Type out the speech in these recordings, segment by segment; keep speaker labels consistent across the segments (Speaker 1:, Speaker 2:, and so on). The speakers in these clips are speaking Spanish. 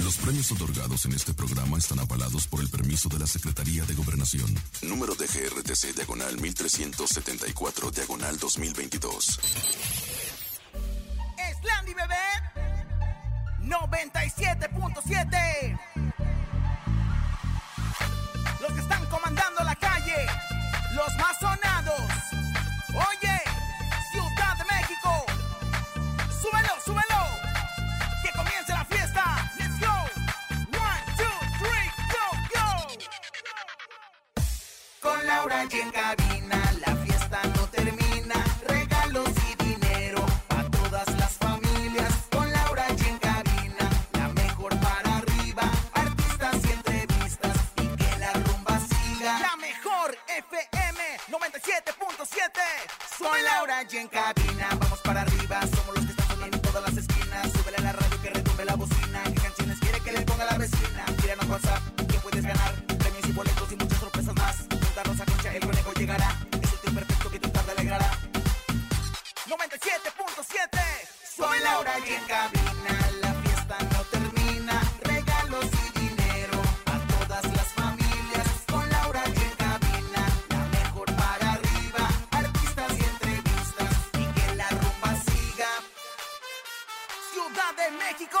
Speaker 1: Los premios otorgados en este programa están avalados por el permiso de la Secretaría de Gobernación. Número de GRTC Diagonal 1374 Diagonal 2022.
Speaker 2: Slandy Bebé 97.7 Los que están comandando la calle, los más sonados. Oye, Ciudad de México, súbelo, súbelo. Que comience la fiesta. Let's go. One, two, three, go, go. Con Laura y en cabina, la fiesta no termina. Regalos y dinero a todas las familias. Con Laura y en cabina, la mejor para arriba. Artistas y entrevistas y que la rumba siga. La mejor FM 97.7. Soy Laura y en cabina, vamos para arriba. Somos los que están sonando en todas las esquinas. Súbele a la radio que retumbe la bocina. ¿Qué canciones quiere que le ponga la vecina? Tíranos WhatsApp, que puedes ganar. Premios y boletos y muchas sorpresas más. Juntarnos a concha, el conejo llegará. Es el tiempo perfecto que tu tarde alegrará. 97.7 Soy Laura y en cabina La fiesta no termina Regalos y dinero A todas las familias Con Laura y en cabina La mejor para arriba Artistas y entrevistas Y que la rumba siga Ciudad de México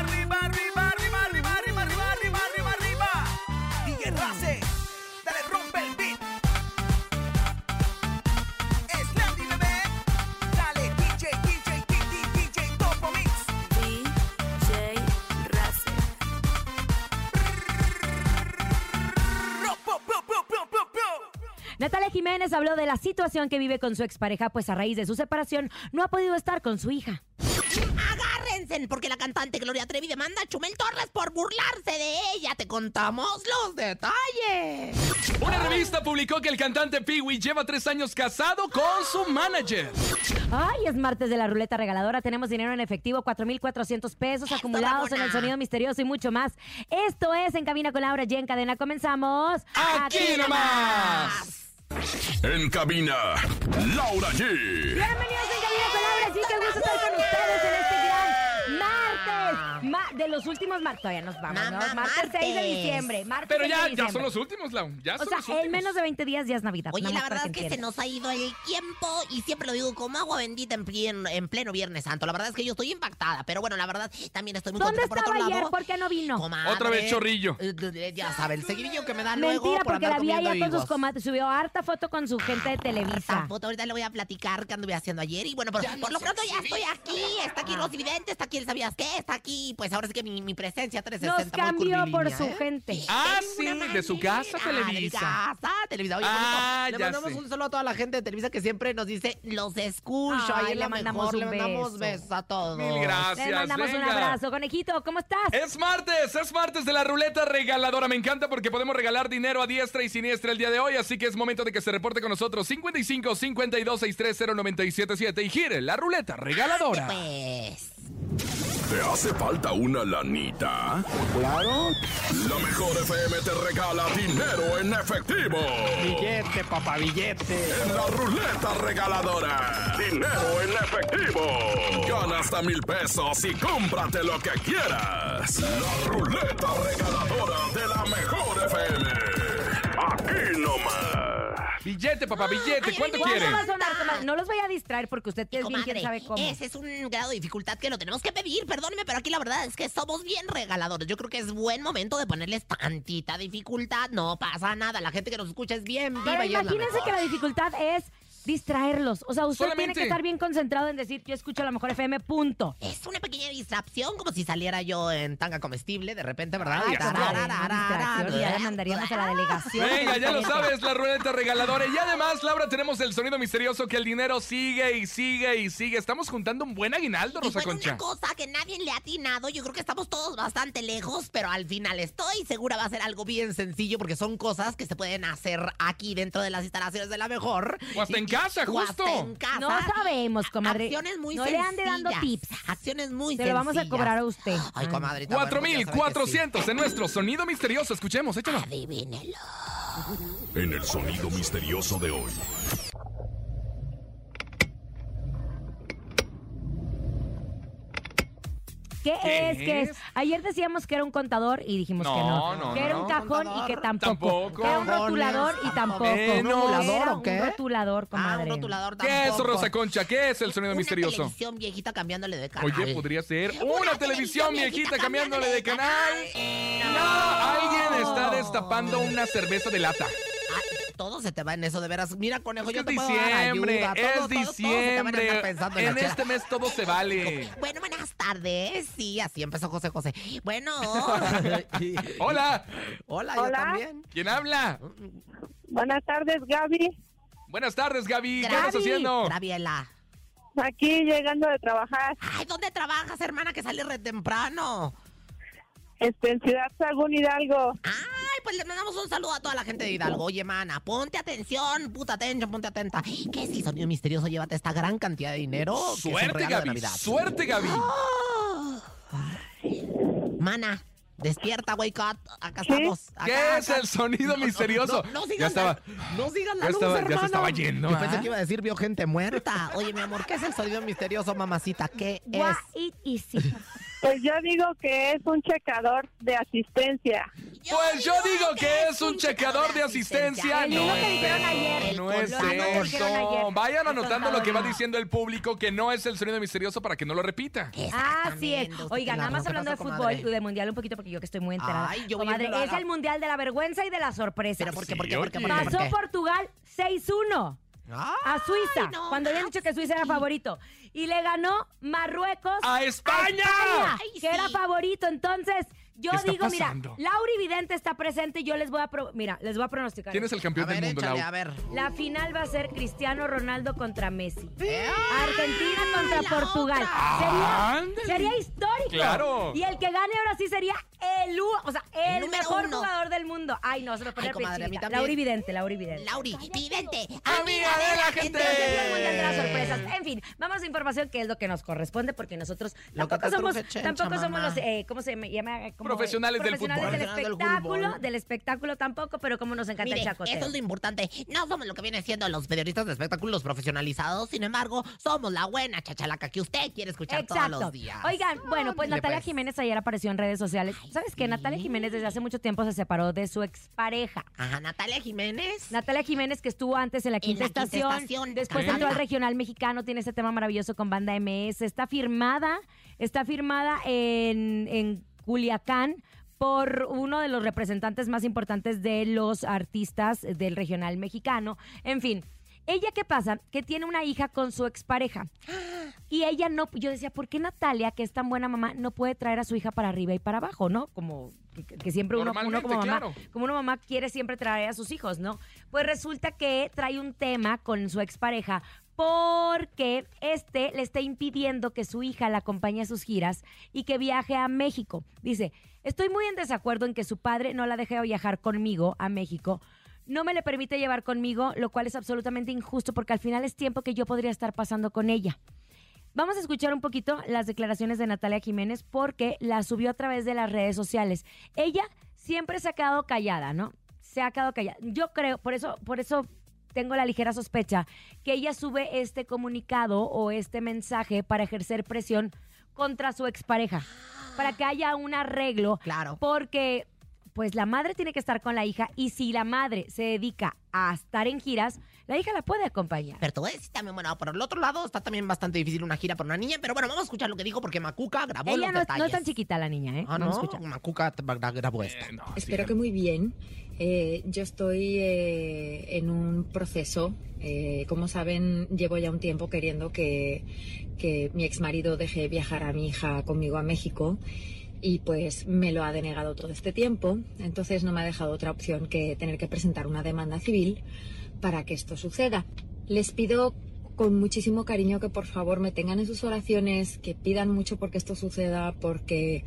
Speaker 2: arriba, arriba, arriba, arriba, arriba, arriba, arriba, arriba, arriba. DJ Race, dale rompe el beat. Es Landy Bebé, dale DJ, DJ, DJ, DJ, Topo Mix.
Speaker 3: DJ Race.
Speaker 2: Ro, po, po, po, po, po, po.
Speaker 4: Natalia Jiménez habló de la situación que vive con su expareja, pues a raíz de su separación no ha podido estar con su hija.
Speaker 5: Agárrense, porque la cantante Gloria Trevi demanda a Chumel Torres por burlarse de ella. Te contamos los detalles.
Speaker 6: Una revista publicó que el cantante Pee Wee lleva tres años casado con su manager.
Speaker 4: Ay, es martes de la ruleta regaladora. Tenemos dinero en efectivo, 4,400 pesos acumulados en el sonido misterioso y mucho más. Esto es En Cabina con Laura y en Cadena. Comenzamos.
Speaker 6: ¡Aquí nomás!
Speaker 1: En cabina, Laura G.
Speaker 4: Bienvenidos en Cabina con Laura. Sí, qué gusto estar con ustedes en este gran martes. Ma- de los últimos martes. Todavía nos vamos, ¿no?
Speaker 5: Mamá,
Speaker 4: Martes, 6 de
Speaker 5: martes.
Speaker 4: diciembre. Martes
Speaker 6: Pero
Speaker 4: 6 de
Speaker 6: ya, ya
Speaker 4: diciembre.
Speaker 6: son los últimos, Lau. Ya
Speaker 4: O
Speaker 6: son los
Speaker 4: sea, en
Speaker 6: últimos.
Speaker 4: menos de 20 días ya es Navidad.
Speaker 5: Oye,
Speaker 4: nada
Speaker 5: la
Speaker 4: más para
Speaker 5: verdad es
Speaker 4: que
Speaker 5: que se
Speaker 4: entiendan.
Speaker 5: nos ha ido el tiempo y siempre lo digo como agua bendita en, plien- en pleno Viernes Santo. La verdad es que yo estoy impactada, pero bueno, la verdad también estoy muy
Speaker 4: ¿Dónde
Speaker 5: contenta.
Speaker 4: estaba
Speaker 5: por otro
Speaker 4: ayer?
Speaker 5: lado,
Speaker 4: ¿Por qué no vino?
Speaker 5: comadre,
Speaker 6: Otra vez chorrillo.
Speaker 5: eh, Ya sabe, el seguidillo que me da luego
Speaker 4: Mentira,
Speaker 5: por
Speaker 4: porque
Speaker 5: andar
Speaker 4: la vi
Speaker 5: comiendo
Speaker 4: allá con sus
Speaker 5: higos.
Speaker 4: comadres. Subió harta foto con su gente de Televisa.
Speaker 5: Tampoco, ahorita le voy a platicar qué anduve haciendo ayer. Y bueno, por, por lo pronto ya estoy aquí. Está
Speaker 4: Ah.
Speaker 5: aquí los videntes, está aquí el sabías qué, está aquí. Pues ahora sí que mi, mi presencia
Speaker 4: Nos
Speaker 5: 360. muy
Speaker 4: cambió por
Speaker 5: curvilínea,
Speaker 4: su
Speaker 5: ¿eh?
Speaker 4: gente.
Speaker 6: Ah,
Speaker 5: De
Speaker 6: sí,
Speaker 5: alguna
Speaker 6: de su casa
Speaker 5: manera,
Speaker 6: Televisa.
Speaker 5: De casa, Televisa. Oye,
Speaker 6: Ah,
Speaker 5: bonito, le
Speaker 6: ya
Speaker 5: mandamos
Speaker 6: sé.
Speaker 5: un saludo a toda la gente de Televisa que siempre nos dice, los escucho.
Speaker 4: Ay,
Speaker 5: Ahí
Speaker 4: le
Speaker 5: le
Speaker 4: mandamos
Speaker 5: mandamos Le
Speaker 4: un
Speaker 5: mandamos
Speaker 4: beso.
Speaker 5: besos a todos.
Speaker 6: Mil gracias.
Speaker 4: Le mandamos
Speaker 6: venga.
Speaker 4: un abrazo. Conejito, ¿cómo estás?
Speaker 6: Es martes, es martes de la ruleta regaladora. Me encanta porque podemos regalar dinero a diestra y siniestra el día de hoy, así que es momento de que se reporte con nosotros 55 52 630 977 y gire la ruleta regaladora.
Speaker 5: Pues,
Speaker 1: ¿Te hace falta una lanita?
Speaker 7: Claro,
Speaker 1: La mejor FM te regala dinero en efectivo.
Speaker 7: billete, papá, billete.
Speaker 1: En la ruleta regaladora. Dinero en efectivo. Gana hasta mil pesos y cómprate lo que quieras. La ruleta regaladora de la mejor FM. Aquí nomás.
Speaker 6: Billete, papá, billete.
Speaker 5: ay,
Speaker 6: ¿Cuánto
Speaker 5: ay,
Speaker 4: ¿Cuándo
Speaker 6: quiere?
Speaker 4: va a sonar, comadre? No los voy a distraer porque usted es bien
Speaker 5: Ah. comadre,
Speaker 4: quién sabe cómo.
Speaker 5: ese es un grado de dificultad que lo tenemos que pedir. Perdóneme, pero aquí la verdad es que somos bien regaladores. Yo creo que es buen momento de ponerles tantita dificultad. No pasa nada. La gente que nos escucha es bien
Speaker 4: Pero
Speaker 5: viva y es la
Speaker 4: imagínense
Speaker 5: mejor.
Speaker 4: que la dificultad es distraerlos. O sea, usted tiene
Speaker 6: Solamente.
Speaker 4: que estar bien concentrado en decir, yo escucho a la mejor FM, punto.
Speaker 5: Es una pequeña distracción, como si saliera yo en tanga comestible de repente, ¿verdad?
Speaker 4: Ay,
Speaker 5: Y
Speaker 4: comadre, una distracción, ya la mandaríamos a la delegación.
Speaker 6: Venga, ya lo
Speaker 4: Estaría
Speaker 6: sabes, la ruleta regaladora. Y además, Laura, tenemos el sonido misterioso que el dinero sigue y sigue y sigue. Estamos juntando un buen aguinaldo,
Speaker 5: Y
Speaker 6: Rosa
Speaker 5: bueno,
Speaker 6: Concha.
Speaker 5: una cosa que nadie le ha atinado, yo creo que estamos todos bastante lejos, pero al final estoy segura va a ser algo bien sencillo porque son cosas que se pueden hacer aquí dentro de las instalaciones de la mejor.
Speaker 6: O hasta en casa,
Speaker 5: O hasta
Speaker 6: justo.
Speaker 5: en casa.
Speaker 4: No sabemos, comadre.
Speaker 5: Ah, Acciones muy
Speaker 4: No le
Speaker 5: sencillas.
Speaker 4: ande dando tips.
Speaker 5: Acciones muy
Speaker 4: Se lo vamos a
Speaker 5: sencillas.
Speaker 4: cobrar a usted.
Speaker 5: Ay, pues comadre.
Speaker 6: 4.400 en nuestro sonido misterioso. Escuchemos, échalo.
Speaker 5: Adivínelo.
Speaker 1: En el sonido misterioso de hoy.
Speaker 4: ¿Qué,
Speaker 6: ¿Qué
Speaker 4: es? ¿Qué es?
Speaker 6: es?
Speaker 4: Ayer decíamos que era un contador y dijimos que
Speaker 6: No,
Speaker 4: no.
Speaker 6: no,
Speaker 4: que
Speaker 6: no,
Speaker 4: era
Speaker 6: no.
Speaker 4: un cajón y que tampoco.
Speaker 6: Tampoco.
Speaker 4: Que era un rotulador y tampoco.
Speaker 6: Eh, no.
Speaker 4: Que
Speaker 5: Ah,
Speaker 4: era
Speaker 5: ¿Un rotulador o
Speaker 4: un
Speaker 5: qué?
Speaker 4: rotulador,
Speaker 5: Ah,
Speaker 4: comadre.
Speaker 5: un rotulador
Speaker 6: ¿Qué es,
Speaker 5: tampoco.
Speaker 6: Rosa Concha? ¿Qué es el sonido
Speaker 5: Una
Speaker 6: misterioso?
Speaker 5: televisión viejita cambiándole de canal.
Speaker 6: Oye, podría ser una, televisión viejita cambiándole de canal.
Speaker 5: No.
Speaker 6: No, alguien está destapando una cerveza de lata.
Speaker 5: Ay, Ah, todo se te va en eso, de veras. Mira, conejo, yo
Speaker 6: Es
Speaker 5: te puedo dar
Speaker 6: diciembre,
Speaker 5: ayuda. Todo, todo,
Speaker 6: es
Speaker 5: todo se te van a
Speaker 6: diciembre.
Speaker 5: estar pensando en
Speaker 6: En
Speaker 5: la chela.
Speaker 6: este mes todo se vale.
Speaker 5: Bueno, buenas tardes. Sí, así empezó José José. Bueno.
Speaker 6: Hola,
Speaker 5: Hola, yo
Speaker 8: Hola.
Speaker 5: también.
Speaker 6: ¿quién habla?
Speaker 8: Buenas tardes, Gaby.
Speaker 6: Buenas tardes, Gaby. ¿Qué andas
Speaker 4: Gaby.
Speaker 6: haciendo?
Speaker 5: Graviela.
Speaker 8: Aquí llegando de trabajar
Speaker 5: Ay, ¿dónde trabajas, hermana, que sale re temprano?
Speaker 8: este, en Ciudad Sagún Hidalgo.
Speaker 5: Ay, pues le mandamos un saludo a toda la gente de Hidalgo. Oye, mana, ponte atención, puta atención, ponte atenta. ¿Qué si sonido misterioso? Llévate esta gran cantidad de dinero. que es un
Speaker 6: Suerte,
Speaker 5: regalo de
Speaker 6: Gaby.
Speaker 5: Navidad.
Speaker 6: Suerte, Gaby.
Speaker 5: Mana, despierta, wake up. Acá
Speaker 8: ¿Qué?
Speaker 5: estamos. Acá,
Speaker 6: ¿Qué es
Speaker 5: acá.
Speaker 6: el sonido misterioso?
Speaker 5: No, no, no sigas
Speaker 6: Ya estaba.
Speaker 5: la, no sigas la
Speaker 6: ya
Speaker 5: luz,
Speaker 6: estaba- ya se
Speaker 5: hermano.
Speaker 6: estaba yendo,
Speaker 5: Yo
Speaker 6: ¿ah?
Speaker 5: pensé que iba a decir, vio gente muerta. Oye, mi amor, ¿qué es el sonido misterioso, mamacita? ¿Qué es?
Speaker 4: What it is it?
Speaker 8: Pues yo digo que es un checador de asistencia.
Speaker 6: Pues yo digo que es un checador de asistencia.
Speaker 4: El mismo
Speaker 6: No
Speaker 4: que
Speaker 6: es
Speaker 4: dijeron
Speaker 6: eso.
Speaker 4: ayer.
Speaker 6: No
Speaker 5: El
Speaker 6: es
Speaker 5: color. Ah, no,
Speaker 4: dijeron
Speaker 6: eso.
Speaker 4: ayer.
Speaker 6: Vayan
Speaker 4: El
Speaker 6: anotando lo que va
Speaker 4: contador.
Speaker 6: diciendo el público que no es el sonido misterioso para que no lo repita.
Speaker 4: Así Ah, es.
Speaker 5: Exactamente, usted
Speaker 4: Oiga,
Speaker 5: que la
Speaker 4: nada más
Speaker 5: rompe,
Speaker 4: hablando de
Speaker 5: ¿qué pasó,
Speaker 4: fútbol y
Speaker 5: comadre?
Speaker 4: de mundial un poquito porque yo que estoy muy enterada.
Speaker 5: Ay, yo
Speaker 4: comadre,
Speaker 5: viendo la-
Speaker 4: es el mundial de la vergüenza y de la sorpresa.
Speaker 5: Pero ¿por qué,
Speaker 6: Sí,
Speaker 5: por qué, por qué, por qué?
Speaker 6: oye.
Speaker 5: por
Speaker 4: Pasó
Speaker 5: qué? Ah.
Speaker 4: Portugal 6-1 a Suiza,
Speaker 5: no,
Speaker 4: cuando habían dicho que Suiza era favorito. Y le ganó Marruecos
Speaker 6: ¡A España!
Speaker 4: España,
Speaker 5: Ay,
Speaker 4: que
Speaker 5: sí.
Speaker 4: era favorito. Entonces, yo
Speaker 6: ¿Qué está
Speaker 4: digo,
Speaker 6: pasando?
Speaker 4: mira, Lauri Vidente está presente y yo les voy a pro- mira, les voy a pronosticar.
Speaker 6: ¿Quién es el
Speaker 5: A
Speaker 6: campeón
Speaker 5: ver,
Speaker 6: del mundo,
Speaker 5: échale,
Speaker 6: Lau?
Speaker 5: a ver.
Speaker 4: La final va a ser Cristiano Ronaldo contra Messi.
Speaker 5: ¡Eh!
Speaker 4: Argentina
Speaker 5: ¡Ay,
Speaker 4: contra
Speaker 5: la
Speaker 4: Portugal.
Speaker 5: otra!
Speaker 4: Sería,
Speaker 6: Ándale.
Speaker 4: sería histórico.
Speaker 6: Claro.
Speaker 4: Y el que gane ahora sí sería el, u- o sea, el,
Speaker 5: número
Speaker 4: mejor
Speaker 5: uno.
Speaker 4: jugador del mundo. Ay, no, se me pone
Speaker 5: Ay,
Speaker 4: la
Speaker 5: comadre, a mí
Speaker 4: pechita.
Speaker 5: también.
Speaker 4: Lauri Vidente, Lauri Vidente.
Speaker 5: Lauri, vidente,
Speaker 6: Amiga de la gente.
Speaker 4: Entonces, luego tendrá
Speaker 5: Este.
Speaker 4: sorpresas. En fin, vamos a información que es lo que nos corresponde porque nosotros
Speaker 5: Lo que
Speaker 4: tampoco
Speaker 5: te
Speaker 4: somos,
Speaker 5: truje, chencha,
Speaker 4: tampoco somos
Speaker 5: mamá.
Speaker 4: los, eh, ¿cómo se me llama? Como,
Speaker 6: Profesionales del
Speaker 4: profesionales
Speaker 6: fútbol.
Speaker 5: Profesionales del
Speaker 4: espectáculo,
Speaker 5: fútbol.
Speaker 4: del espectáculo tampoco, pero como nos encanta
Speaker 5: Mire,
Speaker 4: el
Speaker 5: eso
Speaker 4: chacoteo.
Speaker 5: es lo importante. No somos lo que vienen siendo los periodistas de espectáculos profesionalizados. Sin embargo, somos la buena chachalaca que usted quiere escuchar todos los días.
Speaker 4: Oigan, bueno, pues
Speaker 5: Ándale,
Speaker 4: Natalia
Speaker 5: pues.
Speaker 4: Jiménez ayer apareció en redes sociales. ¿Sabes qué? Natalia Jiménez desde hace mucho tiempo se separó de su expareja.
Speaker 5: Ajá, Natalia Jiménez.
Speaker 4: Natalia Jiménez, que estuvo antes en la quinta,
Speaker 5: la Quinta
Speaker 4: estación,
Speaker 5: Estación,
Speaker 4: después
Speaker 5: caramba.
Speaker 4: entró al regional mexicano, tiene este tema maravilloso con banda MS, está firmada, está firmada en, en Culiacán por uno de los representantes más importantes de los artistas del regional mexicano. En fin, ella qué pasa? Que tiene una hija con su expareja. Y ella no, yo decía, ¿por qué Natalia, que es tan buena mamá, no puede traer a su hija para arriba y para abajo, no? Como que, que siempre uno, uno como mamá,
Speaker 6: Normalmente, claro.
Speaker 4: como una mamá quiere siempre traer a sus hijos, ¿no? Pues resulta que trae un tema con su expareja porque este le está impidiendo que su hija la acompañe a sus giras y que viaje a México. Dice, estoy muy en desacuerdo en que su padre no la deje viajar conmigo a México. No me le permite llevar conmigo, lo cual es absolutamente injusto porque al final es tiempo que yo podría estar pasando con ella. Vamos a escuchar un poquito las declaraciones de Natalia Jiménez porque las subió a través de las redes sociales. Ella siempre se ha quedado callada, ¿no? Se ha quedado callada. Yo creo, por eso, por eso tengo la ligera sospecha que ella sube este comunicado o este mensaje para ejercer presión contra su expareja, para que haya un arreglo
Speaker 5: Claro.
Speaker 4: porque pues la madre tiene que estar con la hija y si la madre se dedica a estar en giras, la hija la puede acompañar.
Speaker 5: Pero te voy a decir también, bueno, por el otro lado está también bastante difícil una gira para una niña, pero bueno, vamos a escuchar lo que dijo porque Macuca grabó
Speaker 4: Ella
Speaker 5: los
Speaker 4: no,
Speaker 5: detalles.
Speaker 4: no es tan chiquita la niña, ¿eh?
Speaker 5: Ah,
Speaker 4: Vamos a
Speaker 5: no,
Speaker 4: escuchar.
Speaker 5: Macuca te- gra- grabó esto.
Speaker 6: Eh, no,
Speaker 9: Espero
Speaker 6: sí.
Speaker 9: que muy bien. Eh, yo estoy eh, en un proceso. Eh, como saben, llevo ya un tiempo queriendo que, que mi exmarido deje viajar a mi hija conmigo a México y pues me lo ha denegado todo este tiempo. Entonces no me ha dejado otra opción que tener que presentar una demanda civil para que esto suceda. Les pido con muchísimo cariño que por favor me tengan en sus oraciones, que pidan mucho porque esto suceda, porque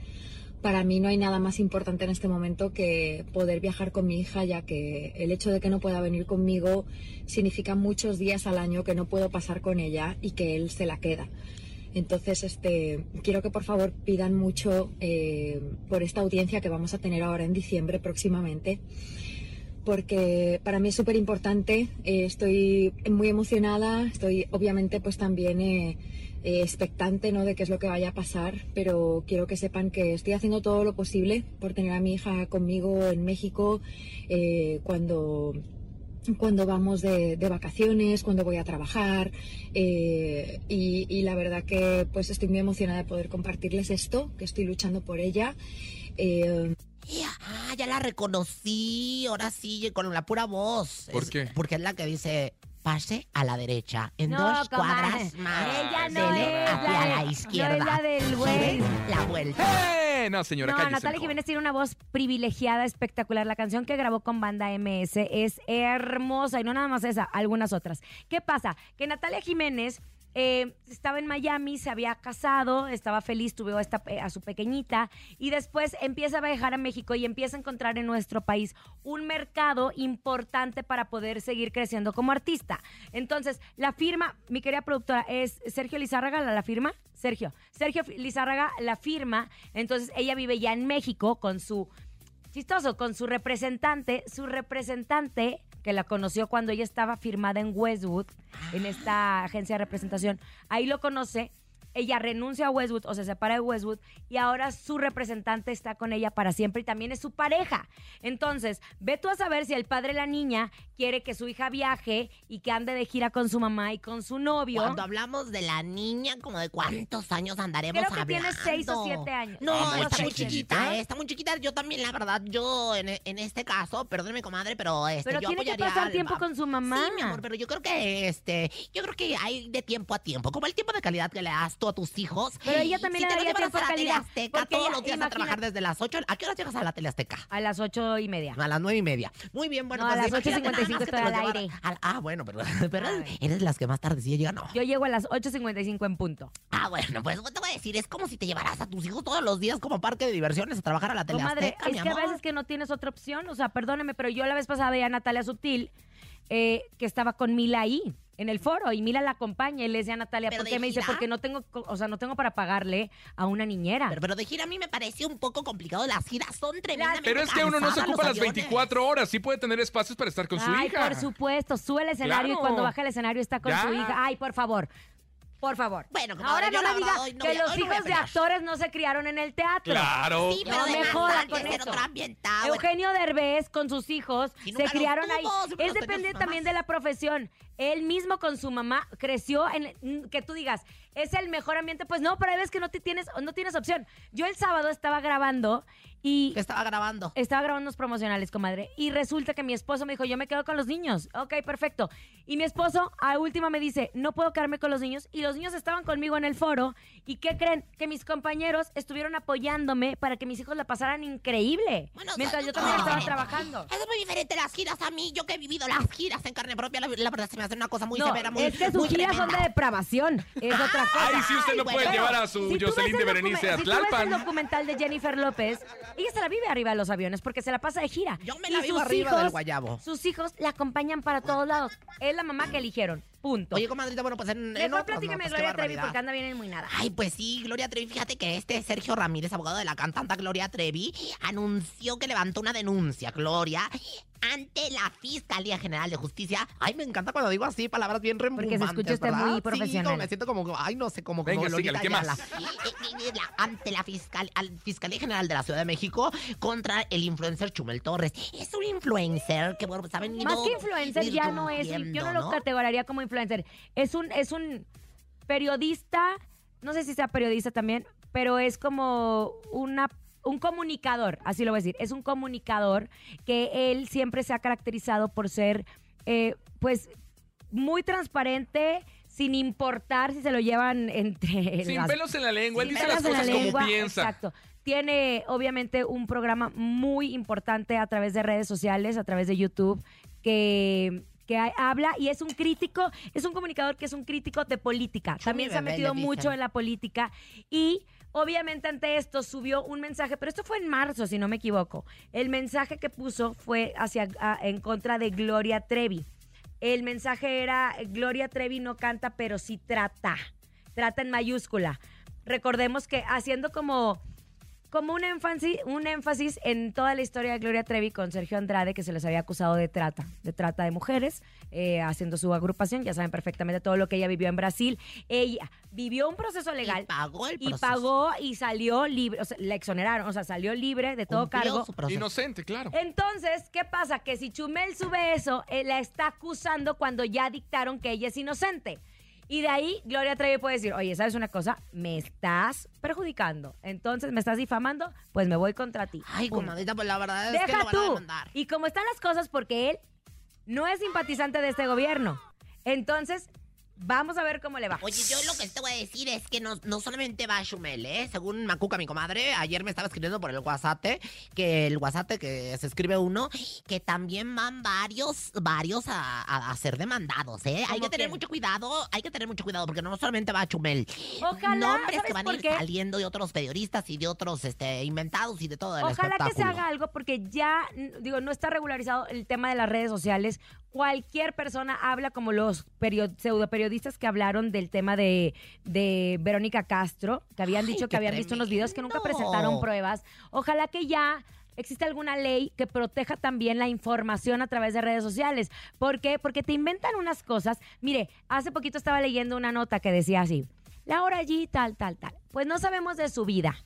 Speaker 9: para mí no hay nada más importante en este momento que poder viajar con mi hija, ya que el hecho de que no pueda venir conmigo significa muchos días al año que no puedo pasar con ella y que él se la queda. Entonces, este, quiero que por favor pidan mucho eh, por esta audiencia que vamos a tener ahora en diciembre próximamente porque para mí es súper importante. eh, estoy muy emocionada, estoy obviamente pues también eh, eh, expectante ¿no? de qué es lo que vaya a pasar, pero quiero que sepan que estoy haciendo todo lo posible por tener a mi hija conmigo en México eh, cuando cuando vamos de, de vacaciones, cuando voy a trabajar eh, y, y la verdad que pues estoy muy emocionada de poder compartirles esto, que estoy luchando por ella. Eh,
Speaker 5: Ya, Ah, ya la reconocí, ahora sí, con la pura voz.
Speaker 6: ¿Por
Speaker 5: Es-
Speaker 6: qué?
Speaker 5: Porque es la que dice, pase a la derecha, en
Speaker 4: No, Ah.
Speaker 5: dos
Speaker 4: comadre.
Speaker 5: cuadras más.
Speaker 4: Ella no
Speaker 5: dele
Speaker 4: es
Speaker 5: hacia
Speaker 4: la de-
Speaker 5: la izquierda.
Speaker 4: no es la del
Speaker 5: Gire
Speaker 4: güey.
Speaker 5: La vuelta.
Speaker 6: ¡Eh! No, señora,
Speaker 4: No,
Speaker 6: cállese.
Speaker 4: Natalia
Speaker 6: mejor.
Speaker 4: Jiménez tiene una voz privilegiada, espectacular. La canción que grabó con banda MS es hermosa y no nada más esa, algunas otras. ¿Qué pasa? Que Natalia Jiménez eh, estaba en Miami, se había casado, estaba feliz, tuvo a, esta, eh, a su pequeñita y después empieza a viajar a México y empieza a encontrar en nuestro país un mercado importante para poder seguir creciendo como artista. Entonces, la firma, mi querida productora, es Sergio Lizárraga, la, la firma. Sergio. Sergio Lizárraga la firma. Entonces, ella vive ya en México con su. Chistoso, con su representante. Su representante, que la conoció cuando ella estaba firmada en Westwood, en esta agencia de representación. Ahí lo conoce. Ella renuncia a Westwood o se separa de Westwood y ahora su representante está con ella para siempre y también es su pareja. Entonces, ve tú a saber si el padre de la niña quiere que su hija viaje y que ande de gira con su mamá y con su novio.
Speaker 5: Cuando hablamos de la niña, como de cuántos años andaremos
Speaker 4: Creo que tiene
Speaker 5: hablando.
Speaker 4: seis o siete años.
Speaker 5: No,
Speaker 4: Ah, no,
Speaker 5: está
Speaker 4: está
Speaker 5: muy
Speaker 4: bien.
Speaker 5: chiquita, eh, está muy chiquita. Yo también, la verdad, yo en, en este caso, perdóneme, comadre, pero este,
Speaker 4: Pero
Speaker 5: yo
Speaker 4: tiene que
Speaker 5: apoyaría
Speaker 4: pasar
Speaker 5: al
Speaker 4: tiempo
Speaker 5: pap-
Speaker 4: con su mamá.
Speaker 5: Sí, mi amor, pero yo creo que este, yo creo que hay de tiempo a tiempo, como el tiempo de calidad que le das tú a tus hijos.
Speaker 4: Pero ella también le
Speaker 5: si te los
Speaker 4: daría
Speaker 5: llevaras
Speaker 4: tiempo de
Speaker 5: a la tele
Speaker 4: calidad,
Speaker 5: Azteca
Speaker 4: porque
Speaker 5: todos
Speaker 4: ella-
Speaker 5: los días a
Speaker 4: imagínate-
Speaker 5: trabajar desde las 8. ¿A qué hora llegas a la tele Azteca?
Speaker 4: A las ocho y media.
Speaker 5: A las nueve y media. Muy bien, bueno,
Speaker 4: No, a
Speaker 5: pues
Speaker 4: las
Speaker 5: imagínate nada
Speaker 4: 8:55
Speaker 5: más que te
Speaker 4: estoy
Speaker 5: los
Speaker 4: al
Speaker 5: llevara
Speaker 4: aire.
Speaker 5: al- ah, bueno, pero, pero
Speaker 4: A ver.
Speaker 5: eres de las que más tardecilla llega, no.
Speaker 4: Yo llego a las 8.55 en punto.
Speaker 5: Ah, bueno, pues te voy a decir, es como si te llevaras a tus hijos todos los días como parque de diversiones a trabajar a la tele
Speaker 4: Comadre,
Speaker 5: Azteca, mi
Speaker 4: es que a
Speaker 5: amor.
Speaker 4: veces que no tienes otra opción. O sea, perdóneme, pero yo la vez pasada veía a Natalia Sutil, eh, que estaba con Mila ahí, en el foro, y Mila la acompaña y le decía a Natalia,
Speaker 5: ¿Pero
Speaker 4: ¿por
Speaker 5: de
Speaker 4: qué me dice?
Speaker 5: gira?
Speaker 4: Porque no tengo, co- o sea, no tengo para pagarle a una niñera.
Speaker 5: Pero, pero de gira a mí me parece un poco complicado. Las giras son tremendamente
Speaker 6: Pero es que uno no se
Speaker 5: cansadas,
Speaker 6: ocupa
Speaker 5: los
Speaker 6: las
Speaker 5: aviones.
Speaker 6: 24 horas, sí puede tener espacios para estar con su
Speaker 4: Ay,
Speaker 6: hija.
Speaker 4: por supuesto, sube al escenario
Speaker 6: Claro.
Speaker 4: y cuando baja el escenario está con
Speaker 6: Ya.
Speaker 4: su hija. Ay, por favor. Por favor.
Speaker 5: Bueno, comadre,
Speaker 4: Ahora
Speaker 5: yo
Speaker 4: no
Speaker 5: la
Speaker 4: me diga
Speaker 5: verdad hoy no
Speaker 4: que
Speaker 5: voy a-
Speaker 4: los
Speaker 5: hoy no voy a
Speaker 4: hijos de
Speaker 5: pelear.
Speaker 4: actores no se criaron en el teatro.
Speaker 6: Claro.
Speaker 5: Sí, pero
Speaker 4: No
Speaker 5: de
Speaker 4: me
Speaker 5: más
Speaker 4: jodan
Speaker 5: grande,
Speaker 4: con
Speaker 5: ser
Speaker 4: eso.
Speaker 5: otro ambientado.
Speaker 4: Eugenio Derbez con sus hijos
Speaker 5: Ah, Y
Speaker 4: se
Speaker 5: nunca los
Speaker 4: criaron
Speaker 5: tuvo,
Speaker 4: ahí.
Speaker 5: siempre
Speaker 4: Es
Speaker 5: los tenía
Speaker 4: depende
Speaker 5: sus
Speaker 4: también de
Speaker 5: mamás.
Speaker 4: la profesión. Él mismo con su mamá creció en mm, que tú digas, es el mejor ambiente, pues no, pero hay veces que no te tienes no tienes opción. Yo el sábado estaba grabando y
Speaker 5: Que estaba grabando.
Speaker 4: estaba grabando unos promocionales, comadre, y resulta que mi esposo me dijo, yo me quedo con los niños. Ok, perfecto. Y mi esposo a última me dice, no puedo quedarme con los niños. Y los niños estaban conmigo en el foro. ¿Y qué creen? Que mis compañeros estuvieron apoyándome para que mis hijos la pasaran increíble.
Speaker 5: Bueno,
Speaker 4: mientras
Speaker 5: no,
Speaker 4: yo también
Speaker 5: no,
Speaker 4: estaba
Speaker 5: no,
Speaker 4: trabajando.
Speaker 5: Es muy diferente las giras a mí. Yo que he vivido las giras en carne propia, la, la verdad se me hace una cosa muy
Speaker 4: no,
Speaker 5: severa, muy
Speaker 4: es que sus
Speaker 5: muy
Speaker 4: giras son de
Speaker 5: tremenda.
Speaker 4: depravación. Es otra cosa.
Speaker 6: Ay, sí, usted no
Speaker 5: Ay,
Speaker 6: puede
Speaker 5: bueno.
Speaker 6: llevar a su
Speaker 4: Si tú
Speaker 6: Jocelyn
Speaker 4: ves
Speaker 6: de
Speaker 4: el
Speaker 6: Berenice
Speaker 4: documen-
Speaker 6: a
Speaker 4: si tú ves
Speaker 6: Tlalpan.
Speaker 4: el documental de Jennifer López, ella se la vive arriba de los aviones porque se la pasa de gira.
Speaker 5: Yo me
Speaker 4: Y
Speaker 5: la vivo
Speaker 4: sus
Speaker 5: arriba
Speaker 4: hijos-
Speaker 5: del guayabo.
Speaker 4: Sus hijos la acompañan para todos lados. Es la mamá que eligieron. Punto.
Speaker 5: Oye, comadrita, bueno, pues en, en
Speaker 4: Mejor
Speaker 5: otros, no,
Speaker 4: platícame de
Speaker 5: pues, qué
Speaker 4: Gloria Trevi
Speaker 5: barbaridad.
Speaker 4: porque anda bien enmuinada.
Speaker 5: Ay, pues sí, Gloria Trevi. Fíjate que este Sergio Ramírez, abogado de la cantante Gloria Trevi, anunció que levantó una denuncia, Gloria, ante la Fiscalía General de Justicia. Ay, me encanta cuando digo así, palabras bien
Speaker 4: se
Speaker 5: remunevantes,
Speaker 4: escucha usted
Speaker 5: ¿verdad?
Speaker 4: muy
Speaker 5: Sí,
Speaker 4: profesional.
Speaker 5: como me siento como, ay, no sé, como...
Speaker 6: Venga,
Speaker 5: como Lolita
Speaker 6: sígale, ¿qué más?
Speaker 5: Ayala. Y- y- y la- ante la fiscal, al Fiscalía General de la Ciudad de México contra el influencer Chumel Torres. Es un influencer que, bueno, pues ha venido...
Speaker 4: Más que influencer ya no es. Yo no
Speaker 5: irrumpiendo,
Speaker 4: lo categoraría como influencer. Es un, es un periodista, no sé si sea periodista también, pero es como una un comunicador, así lo voy a decir. Es un comunicador que él siempre se ha caracterizado por ser, eh, pues, muy transparente, sin importar si se lo llevan entre
Speaker 6: Sin
Speaker 4: las
Speaker 6: pelos en la lengua, él
Speaker 4: Sin
Speaker 6: dice las
Speaker 4: pelos en la
Speaker 6: cosas como
Speaker 4: lengua,
Speaker 6: piensa.
Speaker 4: Exacto. Tiene obviamente un programa muy importante a través de redes sociales, a través de YouTube, que, que ha- habla y es un crítico, es un comunicador que es un crítico de política.
Speaker 5: Chumi
Speaker 4: También se ha
Speaker 5: bebé,
Speaker 4: metido
Speaker 5: le dicen.
Speaker 4: mucho en la política y obviamente ante esto subió un mensaje, pero esto fue en marzo, si no me equivoco. El mensaje que puso fue hacia a- en contra de Gloria Trevi. El mensaje era Gloria Trevi no canta, pero sí trata. Trata en mayúscula. Recordemos que haciendo como como un énfasis, un énfasis en toda la historia de Gloria Trevi con Sergio Andrade, que se les había acusado de trata, de trata de mujeres, eh, haciendo su agrupación. Ya saben perfectamente todo lo que ella vivió en Brasil. Ella vivió un proceso legal
Speaker 5: Y pagó el
Speaker 4: y
Speaker 5: proceso.
Speaker 4: pagó y salió libre, o sea, la exoneraron, o sea, salió libre de todo
Speaker 5: Cumplió
Speaker 4: cargo.
Speaker 5: su proceso.
Speaker 6: Inocente, claro.
Speaker 4: Entonces, ¿qué pasa? Que si Chumel sube eso, eh, la está acusando cuando ya dictaron que ella es inocente. Y de ahí Gloria Trevi puede decir, oye, ¿sabes una cosa? Me estás perjudicando. Entonces, ¿me estás difamando? Pues me voy contra ti.
Speaker 5: Ay,
Speaker 4: Punto.
Speaker 5: comadita, pues la verdad es que
Speaker 4: Deja
Speaker 5: lo van a
Speaker 4: tú.
Speaker 5: demandar.
Speaker 4: Y como están las cosas, porque él no es simpatizante de este gobierno. Entonces, vamos a ver cómo le va.
Speaker 5: Oye, yo lo que te voy a decir es que no, no solamente va Shumel, ¿eh? Según Macuca, mi comadre, ayer me estaba escribiendo por el WhatsApp, que el WhatsApp que se escribe uno, que también van varios, varios a, a- a ser demandados, ¿eh? Hay
Speaker 4: ¿Cómo
Speaker 5: que tener
Speaker 4: quién?
Speaker 5: mucho cuidado, hay que tener mucho cuidado, porque no solamente va Chumel.
Speaker 4: Ojalá,
Speaker 5: Nombres
Speaker 4: ¿sabes
Speaker 5: que van a
Speaker 4: por
Speaker 5: ir
Speaker 4: qué?
Speaker 5: saliendo de otros periodistas y de otros este, inventados y de todo el
Speaker 4: Ojalá que se
Speaker 5: espectáculo.
Speaker 4: haga algo porque ya, n- digo, no está regularizado el tema de las redes sociales. Cualquier persona habla como los perio- pseudoperiodistas que hablaron del tema de, de Verónica Castro, que habían
Speaker 5: Ay,
Speaker 4: dicho que
Speaker 5: qué
Speaker 4: habían visto unos videos que nunca
Speaker 5: tremendo.
Speaker 4: presentaron pruebas. Ojalá que ya exista alguna ley que proteja también la información a través de redes sociales. ¿Por qué? Porque te inventan unas cosas. Mire, hace poquito estaba leyendo una nota que decía así, Laura allí, tal, tal, tal. Pues no sabemos de su vida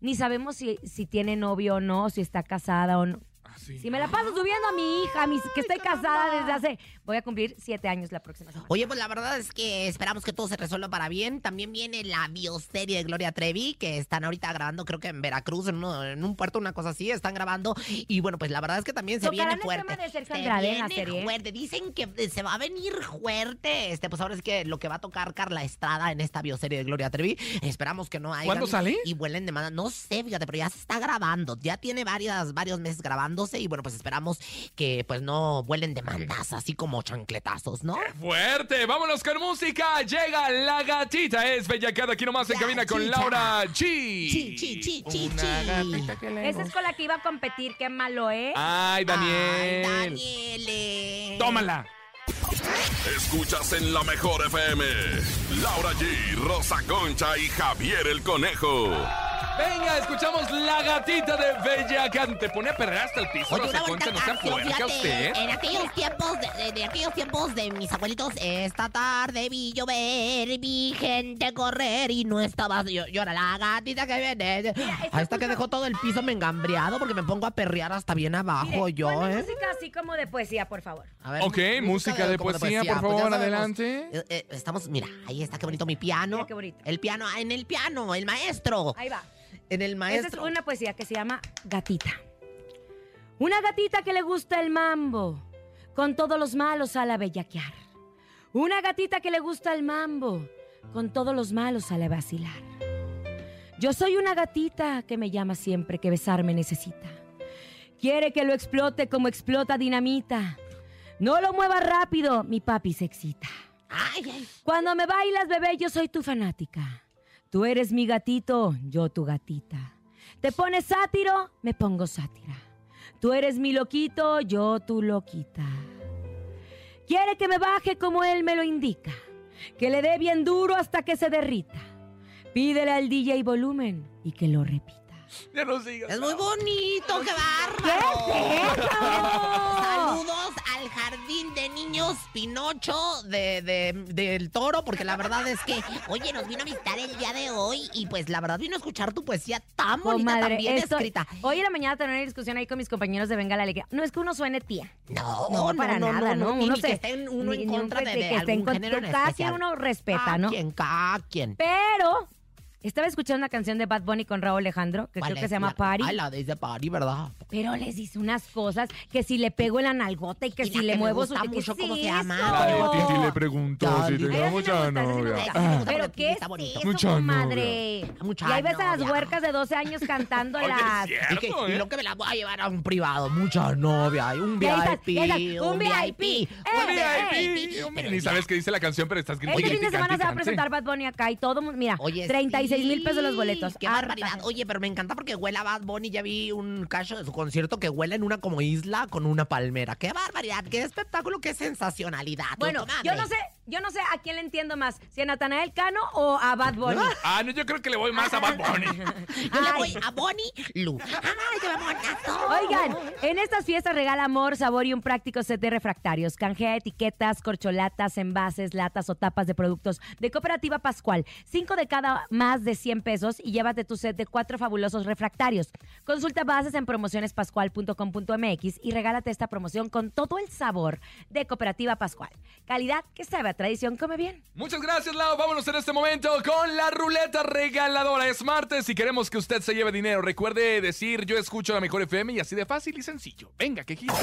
Speaker 4: ni sabemos si, si tiene novio o no, si está casada o no.
Speaker 6: Así.
Speaker 4: Si me la paso subiendo a mi hija, a mis- que estoy casada desde hace... Voy a cumplir siete años la próxima semana.
Speaker 5: Oye, pues la verdad es que esperamos que todo se resuelva para bien. También viene la bioserie de Gloria Trevi, que están ahorita grabando, creo que en Veracruz, en, uno- en un puerto, una cosa así, están grabando. Y bueno, pues la verdad es que también se
Speaker 4: Tocarán
Speaker 5: viene
Speaker 4: el
Speaker 5: fuerte.
Speaker 4: tema de Sergio
Speaker 5: se
Speaker 4: Andrade en la
Speaker 5: viene
Speaker 4: serie, ¿eh?
Speaker 5: fuerte. Dicen que eh, se va a venir fuerte. Este, pues ahora es que lo que va a tocar Carla Estrada en esta bioserie de Gloria Trevi. Esperamos que no haya.
Speaker 6: ¿Cuándo sale?
Speaker 5: Y vuelen de mano. No sé, fíjate, pero ya se está grabando. Ya tiene varias, varios meses grabándose. Y bueno, pues esperamos que pues no vuelen demandas, así como chancletazos, ¿no?
Speaker 6: Fuerte, vámonos con música. Llega la gatita, es Bellacat aquí nomás en cabina con
Speaker 5: Gatita.
Speaker 6: Laura G.
Speaker 5: Chi, chi, chi, chi, chi.
Speaker 4: Esa es con la que iba a competir, qué malo, ¿eh?
Speaker 5: Ah,
Speaker 6: Ay, Daniel.
Speaker 5: Ay, Daniele.
Speaker 6: Tómala.
Speaker 1: Escuchas en la mejor FM. Laura G, Rosa Concha y Javier el Conejo.
Speaker 6: Venga, escuchamos la gatita de Bellacat. Te pone a perder hasta el piso.
Speaker 5: Oye,
Speaker 6: Rosa
Speaker 5: una bonita
Speaker 6: Concha, no sea ¿eh?
Speaker 5: canción,
Speaker 6: puerca
Speaker 5: fíjate. eh.
Speaker 6: usted.
Speaker 5: En aquellos tiempos, de, de- de aquellos tiempos de mis abuelitos, esta tarde vi llover, vi gente correr y no estabas. Yo, yo era la gatita que viene.
Speaker 4: esta
Speaker 5: A esta que
Speaker 4: justo-
Speaker 5: dejó todo el piso me engambreado porque me pongo a perrear hasta bien abajo
Speaker 4: Mire,
Speaker 5: yo,
Speaker 4: ponme
Speaker 5: ¿eh?
Speaker 4: música así como de poesía, por favor.
Speaker 5: A ver,
Speaker 6: Ok, música de
Speaker 5: como
Speaker 6: poesía,
Speaker 5: Pues
Speaker 6: por
Speaker 5: ya
Speaker 6: favor,
Speaker 5: sabemos.
Speaker 6: adelante.
Speaker 5: Eh, eh, estamos, mira, ahí está, qué bonito mi piano.
Speaker 4: Mira qué bonito.
Speaker 5: El piano, ah, en el piano, el maestro.
Speaker 4: Ahí va.
Speaker 5: En el
Speaker 4: Esa es
Speaker 5: maestro.
Speaker 4: una poesía que se llama Gatita. Una gatita que le gusta el mambo, con todos los malos a la bellaquear. Una gatita que le gusta el mambo, con todos los malos a la vacilar. Yo soy una gatita que me llama siempre que besarme necesita. Quiere que lo explote como explota dinamita. No lo mueva rápido, mi papi se excita.
Speaker 5: Ay, ay.
Speaker 4: Cuando me bailas, bebé, yo soy tu fanática. Tú eres mi gatito, yo tu gatita. Te pones sátiro, me pongo sátira. Tú eres mi loquito, yo tu loquita. Quiere que me baje como él me lo indica, que le dé bien duro hasta que se derrita. Pídele al DJ volumen y que lo repita.
Speaker 6: Ya no sigas.
Speaker 5: Es muy bonito, qué
Speaker 4: ¿Qué
Speaker 5: bárbaro.
Speaker 4: es eso?
Speaker 5: Saludos al jardín de niños Pinocho de, de- del toro, porque la verdad es que, oye, nos vino a visitar el día de hoy y pues la verdad vino a escuchar tu poesía tan bonita,
Speaker 4: Comadre,
Speaker 5: tan bien
Speaker 4: Oh, esto-
Speaker 5: escrita.
Speaker 4: Hoy en la mañana tenía una discusión ahí con mis compañeros de Venga la Alegría. No es que uno suene tía.
Speaker 5: Oh, No,
Speaker 4: No, para nada, ¿no?
Speaker 5: Ni,
Speaker 4: uno
Speaker 5: ni
Speaker 4: se-
Speaker 5: que esté en- uno
Speaker 4: ni-
Speaker 5: en
Speaker 4: ni un
Speaker 5: contra de,
Speaker 4: que-
Speaker 5: de
Speaker 4: que esté en
Speaker 5: algún
Speaker 4: contra-
Speaker 5: género en
Speaker 4: cada quien
Speaker 5: especial. Ah,
Speaker 4: uno respeta, ¿no?
Speaker 5: Cada quien, cada quien.
Speaker 4: Pero estaba escuchando una canción de Bad Bunny con Raúl Alejandro, que creo que se llama Party.
Speaker 5: Ay, la dice Party, ¿verdad?
Speaker 4: Pero les dice unas cosas que si le pego en la nalgota y que
Speaker 5: Y la
Speaker 4: si le
Speaker 5: que me
Speaker 4: muevo
Speaker 5: gusta
Speaker 4: su
Speaker 5: mucho
Speaker 4: ¿qué
Speaker 5: cómo
Speaker 4: es
Speaker 5: se llama.
Speaker 4: eso?
Speaker 5: La de
Speaker 6: Titi le
Speaker 5: Ya,
Speaker 6: preguntó
Speaker 4: Ay, a
Speaker 5: dije,
Speaker 6: si
Speaker 4: mí
Speaker 6: teníamos
Speaker 4: sí me gusta, a mí sí me
Speaker 6: novia.
Speaker 4: gusta.
Speaker 5: Ah.
Speaker 4: Pero qué es
Speaker 5: Está bonito.
Speaker 4: eso,
Speaker 6: Mucha
Speaker 4: comadre.
Speaker 5: Mucha
Speaker 4: y ahí ves a las
Speaker 5: novia.
Speaker 4: huercas de 12 años cantando
Speaker 6: Oye,
Speaker 4: las...
Speaker 6: sí, eh. Cierto,
Speaker 5: Y que- y
Speaker 6: ¿eh?
Speaker 5: lo que me la voy a llevar a un privado, mucha novia, y un
Speaker 4: Y ahí estás,
Speaker 5: VIP,
Speaker 4: y ahí estás, un VIP,
Speaker 5: un
Speaker 4: eh,
Speaker 5: VIP.
Speaker 6: Ay,
Speaker 5: Pero
Speaker 6: Ni
Speaker 5: ya,
Speaker 6: sabes qué dice la canción, pero estás gritando.
Speaker 4: Este fin de semana se va a presentar Bad Bunny acá y todo el mundo... Mira,
Speaker 5: Oye,
Speaker 4: 35 36 mil pesos los boletos. Ah,
Speaker 5: Qué
Speaker 4: Harta.
Speaker 5: barbaridad. Oye, pero me encanta porque huele a Bad Bunny. Ya vi un cacho de su concierto que huele en una como isla con una palmera. Qué barbaridad, qué espectáculo, qué sensacionalidad.
Speaker 4: Bueno,
Speaker 5: Totomadre.
Speaker 4: yo no sé, yo no sé a quién le entiendo más, si a Natanael Cano o a Bad Bunny.
Speaker 6: Ah, no, yo creo que le voy más a Bad Bunny.
Speaker 5: Yo le
Speaker 4: Ay.
Speaker 5: voy a Bonnie Lu. ¡Ay, qué babonazo!
Speaker 4: Oigan, en estas fiestas regala amor, sabor y un práctico set de refractarios. Canjea etiquetas, corcholatas, envases, latas o tapas de productos de Cooperativa Pascual. Cinco de cada más de 100 pesos y llévate tu set de cuatro fabulosos refractarios. Consulta bases en promocionespascual.com.mx y regálate esta promoción con todo el sabor de Cooperativa Pascual. Calidad que sabe a tradición, come bien.
Speaker 6: Muchas gracias, Lau. Vámonos en este momento con la ruleta regaladora. Es martes y queremos que usted se lleve dinero. Recuerde decir yo escucho la mejor FM y así de fácil y sencillo. Venga, que gira.